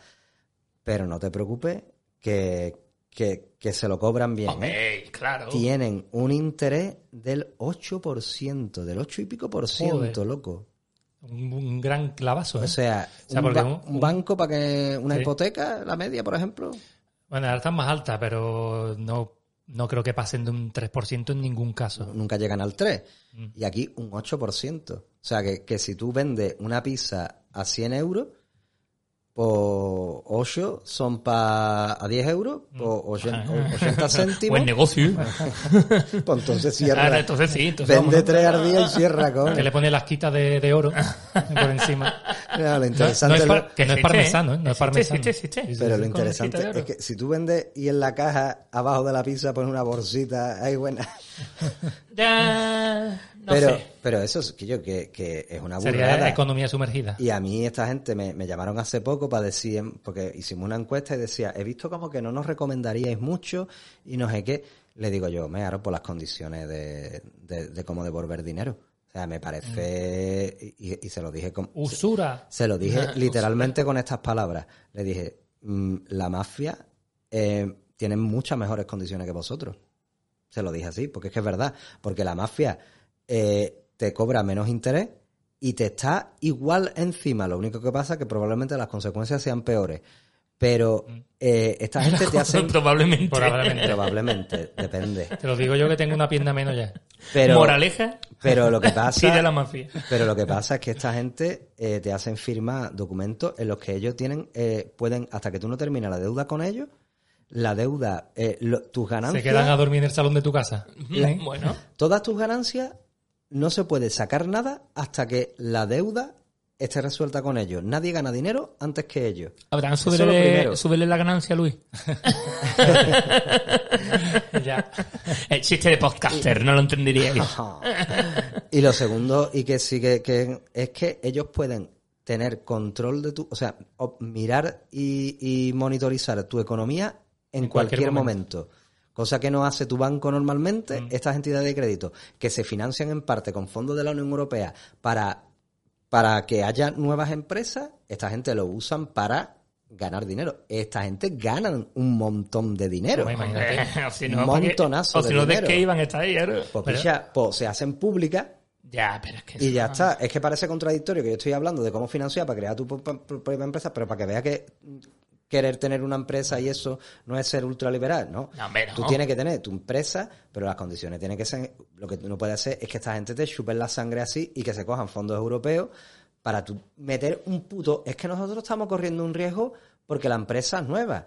S4: Pero no te preocupes que, que, que se lo cobran bien. ¿eh?
S3: Hombre, claro.
S4: Tienen un interés del 8%, del 8 y pico por ciento,
S5: Joder.
S4: loco.
S5: Un, un gran clavazo. ¿eh?
S4: O sea,
S5: O sea,
S4: un,
S5: porque
S4: ba-
S5: un-
S4: un banco para que una
S5: Sí.
S4: hipoteca, la media, por ejemplo.
S5: bueno, ahora están más altas, pero no, no creo que pasen de un 3% en ningún caso.
S4: nunca llegan al 3.
S5: Mm.
S4: Y aquí un 8%. O sea, que, que si tú vendes una pizza a 100 euros, pues 8 son para a 10 euros,
S5: Mm.
S4: pues
S5: Ah.
S4: 80, céntimos.
S3: Buen negocio. ¿eh?
S4: pues entonces
S3: Ahora,
S4: cierra.
S3: Ah, entonces sí. Entonces
S4: Vende
S3: vamos,
S4: 3 al día y cierra, con
S5: Que le pone las quitas de, de oro por encima.
S4: lo
S5: No, no
S4: interesante
S5: es
S4: es
S5: par- que no es
S3: Existe,
S5: parmesano, ¿eh?
S3: existe,
S5: No es parmesano.
S3: existe, existe.
S4: Pero lo
S3: Con la
S4: interesante
S3: cita de
S4: es
S3: oro.
S4: que si tú vendes y en la caja, abajo de la pizza, pones una bolsita, ay, buena.
S3: Ya, no
S4: pero,
S3: sé.
S4: pero eso es que yo, que, que es una
S5: Sería
S4: burrada.
S5: economía sumergida.
S4: Y a mí esta gente me, me llamaron hace poco para decir, porque hicimos una encuesta y decía, he visto como que no nos recomendaríais mucho y no sé qué. Le digo yo, me haré por las condiciones de, de, de cómo devolver dinero. O sea, me parece,
S3: Mm.
S4: y, y se lo dije con,
S5: Usura.
S4: se lo dije literalmente con estas palabras. Le dije, "Mm, la mafia eh, tiene muchas mejores condiciones que vosotros. Se lo dije así, porque es que es verdad. Porque la mafia eh, te cobra menos interés y te está igual encima. Lo único que pasa es que probablemente las consecuencias sean peores. Pero eh, esta gente te hace...
S3: Mm. Probablemente.
S5: Probablemente.
S4: probablemente, depende.
S5: Te lo digo yo que tengo una pierna menos ya.
S4: Pero,
S3: Moraleja,
S4: pero lo que pasa...
S3: tira la mafia.
S4: Pero lo que pasa es que esta gente eh, te hacen firmar documentos en los que ellos tienen, eh, pueden, hasta que tú no terminas la deuda con ellos, la deuda, eh, lo- tus
S5: Se quedan a
S4: ganancias,
S5: dormir en el salón de tu casa.
S4: La-
S3: Bueno,
S4: todas tus ganancias, no se puede sacar nada hasta que la deuda esté resuelta con ellos. Nadie gana dinero antes que ellos.
S3: Abraham,
S4: es lo
S3: súbele,
S4: primero.
S3: súbele la ganancia, Luis.
S5: ya.
S3: El chiste de podcaster, no lo entendería.
S4: Y lo segundo, y que sí que, que es que ellos pueden tener control de tu, o sea, ob- mirar y, y monitorizar tu economía en
S3: En
S4: cualquier,
S3: cualquier
S4: momento.
S3: momento. Mm.
S4: Cosa que no hace tu banco normalmente, estas entidades de crédito, que se financian en parte con fondos de la Unión Europea para, para que haya nuevas empresas, esta gente lo usan para ganar dinero. Esta gente ganan un montón de dinero.
S5: Pues imagínate.
S3: o si no, ¿para qué?
S4: Montonazo
S3: O si
S4: de
S3: no, ¿de
S4: dinero.
S3: qué iban a estar ahí? eh?
S4: Pues,
S5: Pero-
S4: picha, pues, se hacen públicas
S3: Ya, pero es que...
S4: y
S3: eso
S4: ya
S3: no-
S4: está. Es que parece contradictorio que yo estoy hablando de cómo financiar para crear tu pro- pro- propia empresa, pero para que veas que querer tener una empresa y eso no es ser ultraliberal, ¿no?
S3: No, hombre, no.
S4: Tú tienes que tener tu empresa, pero las condiciones tienen que ser... Lo que tú no puedes hacer es que esta gente te chupen la sangre así y que se cojan fondos europeos para tú meter un puto... Es que nosotros estamos corriendo un riesgo porque la empresa es nueva.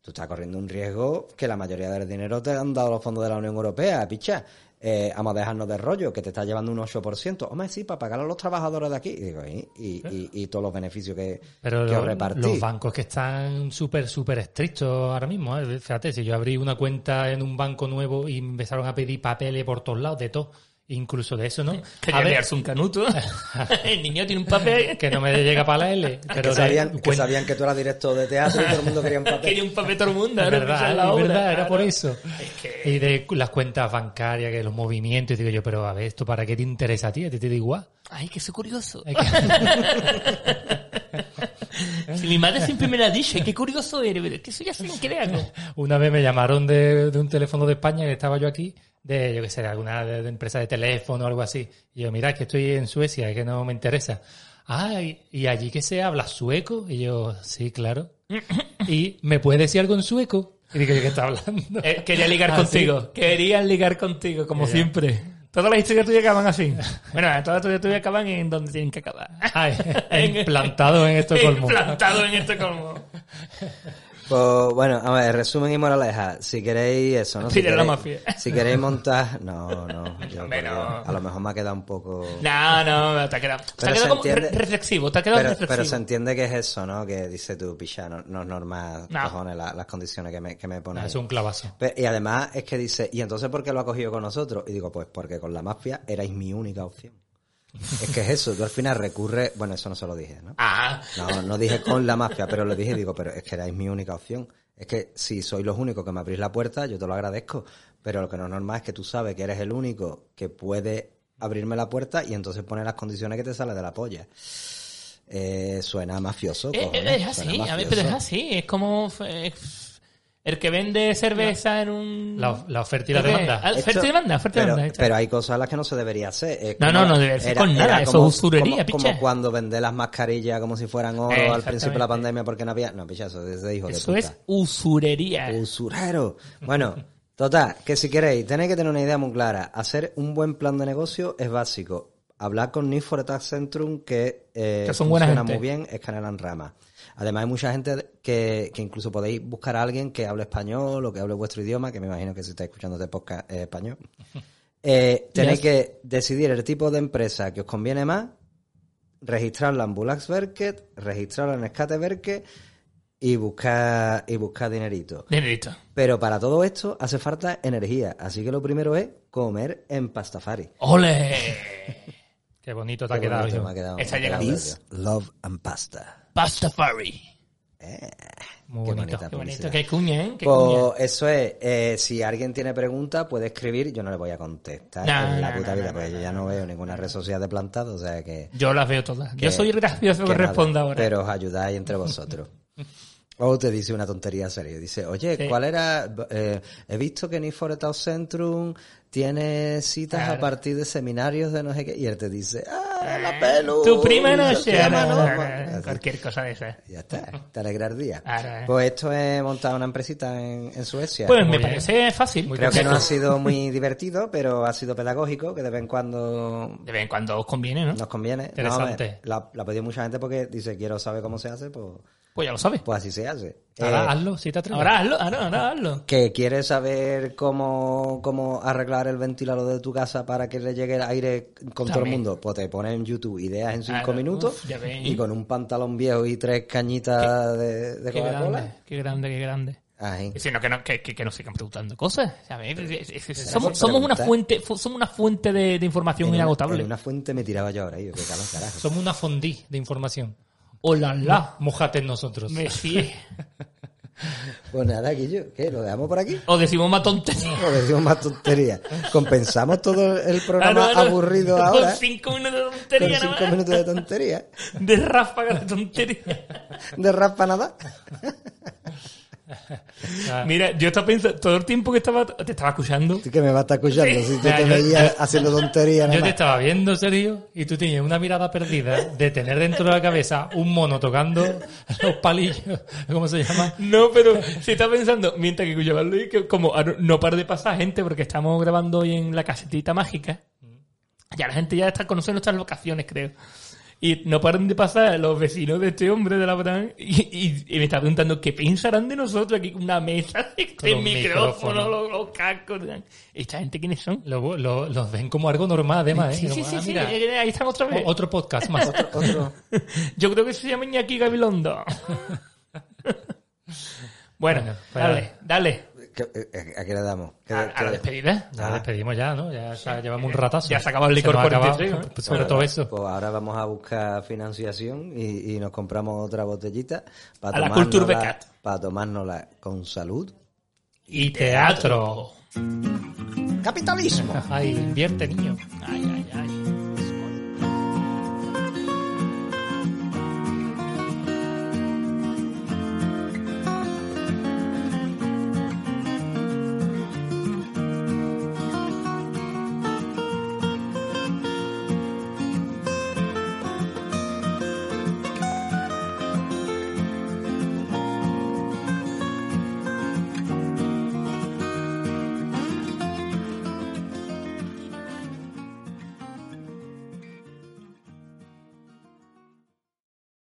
S4: Tú estás corriendo un riesgo que la mayoría del dinero te han dado los fondos de la Unión Europea, picha. Eh, vamos a dejarnos de rollo, que te está llevando un 8%. Hombre, sí, para pagar a los trabajadores de aquí. Y, digo, ¿y? Y- y- y todos los beneficios que,
S5: Pero
S4: que
S5: lo-
S4: os repartís.
S5: los bancos que están súper, súper estrictos ahora mismo. ¿eh? Fíjate, si yo abrí una cuenta en un banco nuevo y empezaron a pedir papeles por todos lados, de todo, incluso de eso, ¿no?
S3: Quería
S5: A ver,
S3: liarse un canuto. el niño tiene un papel.
S5: que no me llega para la L. Pero
S4: que,
S5: de
S4: sabían, que
S5: cuen-
S4: sabían que tú eras director de teatro y todo el mundo quería un papel.
S3: Quería un papel todo el mundo.
S5: Es
S3: ahora
S5: verdad, ¿eh?
S3: empieza
S5: es
S3: la obra,
S5: verdad, era
S3: claro.
S5: por eso.
S3: Es que-
S5: Y de las cuentas bancarias, que los movimientos, y digo yo, pero a ver, ¿esto para qué te interesa a ti? A ti te da igual.
S3: Ay, que soy curioso.
S5: Es que-
S3: Si mi madre siempre me la dice, qué curioso eres, pero es que soy así, ¿qué le hago?
S5: Una vez me llamaron de, de un teléfono de España que estaba yo aquí, de, yo qué sé, de alguna de- de empresa de teléfono o algo así. Y yo, mira, es que estoy en Suecia, es que no me interesa. Ah, y, y allí que se habla sueco. Y yo, sí, claro. y me puede decir algo en sueco. Y digo, ¿de qué está hablando?
S3: Eh, quería ligar
S5: Ah,
S3: contigo. Querían ligar contigo, como siempre. Todas las historias tuyas acaban así. Bueno, todas las historias tuyas acaban en donde tienen que acabar.
S5: Ay, Ah, implantado en
S3: este
S5: Estocolmo.
S3: Plantado en este Estocolmo.
S4: Pues, bueno, a ver, resumen y moraleja. Si queréis eso, ¿no? Si
S3: Pide
S4: queréis,
S3: la mafia.
S4: si queréis montar... No, no. yo, por
S3: Hombre,
S4: Dios.
S3: no.
S4: A lo mejor me ha quedado un poco...
S3: No, no, te ha quedado, te ha
S4: Pero se
S3: quedado como
S4: entiende-
S3: re- reflexivo. Te ha quedado
S4: Pero, pero
S3: reflexivo.
S4: se entiende que es eso, ¿no? Que dice tú, picha, no, no es normal,
S3: No.
S4: cojones, la- las condiciones que me, que me pones.
S5: Es un clavazo.
S4: Pe- Y además es que dice, ¿y entonces por qué lo ha cogido con nosotros? Y digo, pues porque con la mafia erais mi única opción. es que es eso, tú al final recurre, bueno, eso no se lo dije, ¿no?
S3: Ah,
S4: No, no dije con la mafia, pero lo dije, digo, pero es que erais mi única opción. Es que si sois los únicos que me abrís la puerta, yo te lo agradezco. Pero lo que no es normal es que tú sabes que eres el único que puede abrirme la puerta y entonces poner las condiciones que te sale de la polla. Eh, suena mafioso.
S3: eh,
S4: cojones,
S3: eh, es
S4: suena
S3: así, a ver,
S4: mafioso.
S3: pero es así. Es como eh, el que vende cerveza en un...
S5: La, of- la oferta y la
S3: ¿Qué?
S5: demanda.
S3: Ah,
S4: Esto-
S3: oferta y demanda, oferta y
S4: pero,
S3: demanda, ahí está.
S4: pero hay cosas a las que no se debería hacer. Es
S3: No, no, no debería ser con nada, eso es usurería,
S4: como,
S3: picha.
S4: como cuando vendés las mascarillas como si fueran oro al
S3: Exactamente.
S4: principio de la pandemia porque no había. No, picha, eso es de hijo
S3: Eso
S4: de
S3: es
S4: puta.
S3: usurería.
S4: Usurero. Bueno, total, que si queréis, tenéis que tener una idea muy clara. Hacer un buen plan de negocio es básico. Hablar con Need for Attack Centrum, que, eh,
S3: Que son buena
S4: funciona
S3: gente.
S4: muy bien, es canela en rama. Además, hay mucha gente que, que incluso podéis buscar a alguien que hable español o que hable vuestro idioma, que me imagino que si estáis escuchando este podcast es español. Eh,
S3: Yes.
S4: tenéis que decidir el tipo de empresa que os conviene más, registrarla en Bulagsverket, registrarla en Skatteverket y buscar, y buscar dinerito.
S3: Dinerito.
S4: Pero para todo esto hace falta energía, así que lo primero es comer en pastafari.
S3: ¡Ole!
S5: Qué bonito te ha
S4: Qué
S5: quedado.
S4: bonito
S5: hijo.
S4: me ha quedado,
S3: Está
S4: me ha quedado,
S3: llegando.
S4: tío. Love and pasta.
S3: Pastafari.
S5: Muy
S4: Qué
S5: bonito.
S4: bonita
S3: Eh, Qué bonito,
S4: publicidad.
S3: qué cuña, ¿eh? Qué cuña.
S4: Pues eso es, eh, si alguien tiene preguntas puede escribir, yo no le voy a contestar
S3: No,
S4: en la
S3: no,
S4: puta
S3: no,
S4: vida,
S3: no,
S4: porque
S3: no,
S4: yo ya no veo ninguna red social de plantado, o sea que...
S3: Yo las veo todas.
S4: que-
S3: Yo soy el gracioso que,
S4: nada,
S3: responda ahora.
S4: Pero os ayudáis entre vosotros. O te dice una tontería seria. Dice, oye,
S3: Sí.
S4: ¿cuál era? eh, he visto que Need for a Thou Centrum tiene citas a
S3: Claro. Eh,
S4: partir de seminarios de no sé qué. Y él te dice, ¡ah, la pelu!
S3: tu prima no
S4: yo te
S3: se
S4: amo, ¿no?". Pues, Así.
S3: Cualquier cosa de esa.
S4: Ya está, te alegra el día.
S3: Claro. eh.
S4: Pues esto es montar una empresita en, en Suecia.
S3: Pues me
S5: bien.
S3: parece fácil.
S4: Creo que
S3: concreto.
S4: no ha sido muy divertido, pero ha sido pedagógico, que de vez en cuando
S3: De vez en cuando os conviene, ¿no?
S4: nos conviene. No,
S5: Interesante.
S4: la, la ha pedido mucha gente porque dice, quiero saber cómo se hace, pues...
S3: Pues ya lo sabes.
S4: Pues así se hace.
S5: Ahora
S4: Eh,
S5: hazlo, si te atreves.
S3: Ahora hazlo, ahora, ahora hazlo.
S4: que quieres saber cómo, cómo arreglar el ventilador de tu casa para que le llegue el aire con todo el
S3: También.
S4: mundo, pues te pones en YouTube ideas en cinco
S3: Claro,
S4: minutos
S3: uf, ya ves.
S4: y con un pantalón viejo y tres cañitas de, de
S3: Qué grande,
S4: Coca-Cola.
S3: qué grande, qué grande.
S4: Ahí.
S3: Y Sino que, no, que, que, que nos sigan preguntando cosas. ¿sabes? Es- es- es-
S4: Pero
S3: Somos,
S4: por
S3: somos una
S4: preguntar.
S3: fuente, fu- somos una fuente de, de
S4: En
S3: información
S4: una-
S3: inagotable.
S4: en una fuente me tiraba yo ahora, yo, que calor, carajo.
S5: Somos una fondí de información.
S3: ¡Hola, la!
S5: Mojate en nosotros.
S3: Me fíe.
S4: Pues nada, Guillo, ¿qué? ¿Lo dejamos por aquí?
S3: O decimos más tontería.
S4: O decimos más tonterías. Compensamos todo
S3: Ah,
S4: el programa
S3: Claro, claro.
S4: aburrido
S3: Con
S4: ahora
S3: cinco minutos de
S4: con
S3: tontería nada
S4: cinco
S3: más.
S4: minutos de tontería,
S3: De ráfaga de tontería.
S4: de raspa nada.
S3: Mira, yo estaba pensando, todo el tiempo que estaba, te estaba escuchando.
S4: Tú que me vas a estar escuchando si tú
S5: Mira,
S4: te
S5: yo-
S4: veías haciendo tonterías nada
S5: Yo te
S4: más.
S5: estaba viendo, Sergio, y tú tenías una mirada perdida de tener dentro de la cabeza un mono tocando los palillos, ¿cómo se llama?
S3: No, pero si estaba pensando, mientras que escuchaba a Luis, que como a- no para de pasar gente, porque estamos grabando hoy en la casetita mágica.
S5: Mm.
S3: Ya la gente ya está conociendo nuestras locaciones, creo. Y no paran de pasar los vecinos de este hombre de la Bran y, y- y me está preguntando qué pensarán de nosotros aquí con una mesa, este
S5: los
S3: micrófono,
S5: micrófonos.
S3: los, los cascos. ¿Esta gente quiénes son?
S5: Lo- lo- los ven como algo normal, además, ¿eh?
S3: Sí, sí,
S5: Como,
S3: sí,
S5: ah,
S3: sí,
S5: mira,
S3: eh, ahí están otra vez.
S5: o- otro podcast más.
S4: Otro.
S3: Yo creo que se llama Iñaki Gabilondo. bueno,
S5: Bueno, pues
S3: dale,
S5: nada.
S3: dale.
S4: ¿Qué- eh, ¿A qué le damos? ¿Qué-
S3: A, a
S4: qué-
S3: la despedida.
S5: Ya despedimos ya, ¿no? Ya, ya llevamos un ratazo.
S3: eh, Ya se acabó el licor
S5: nos ha acabado,
S3: 43, ¿no?
S5: Sobre todo eso.
S4: Pues ahora vamos a buscar financiación y, y nos compramos otra botellita para
S3: A la
S4: tomárnosla-
S3: Culture Becat.
S4: para tomárnosla con salud.
S3: Y
S5: Teatro.
S4: ¡Capitalismo!
S5: Ay, invierte, niño.
S3: Ay, ay, ay.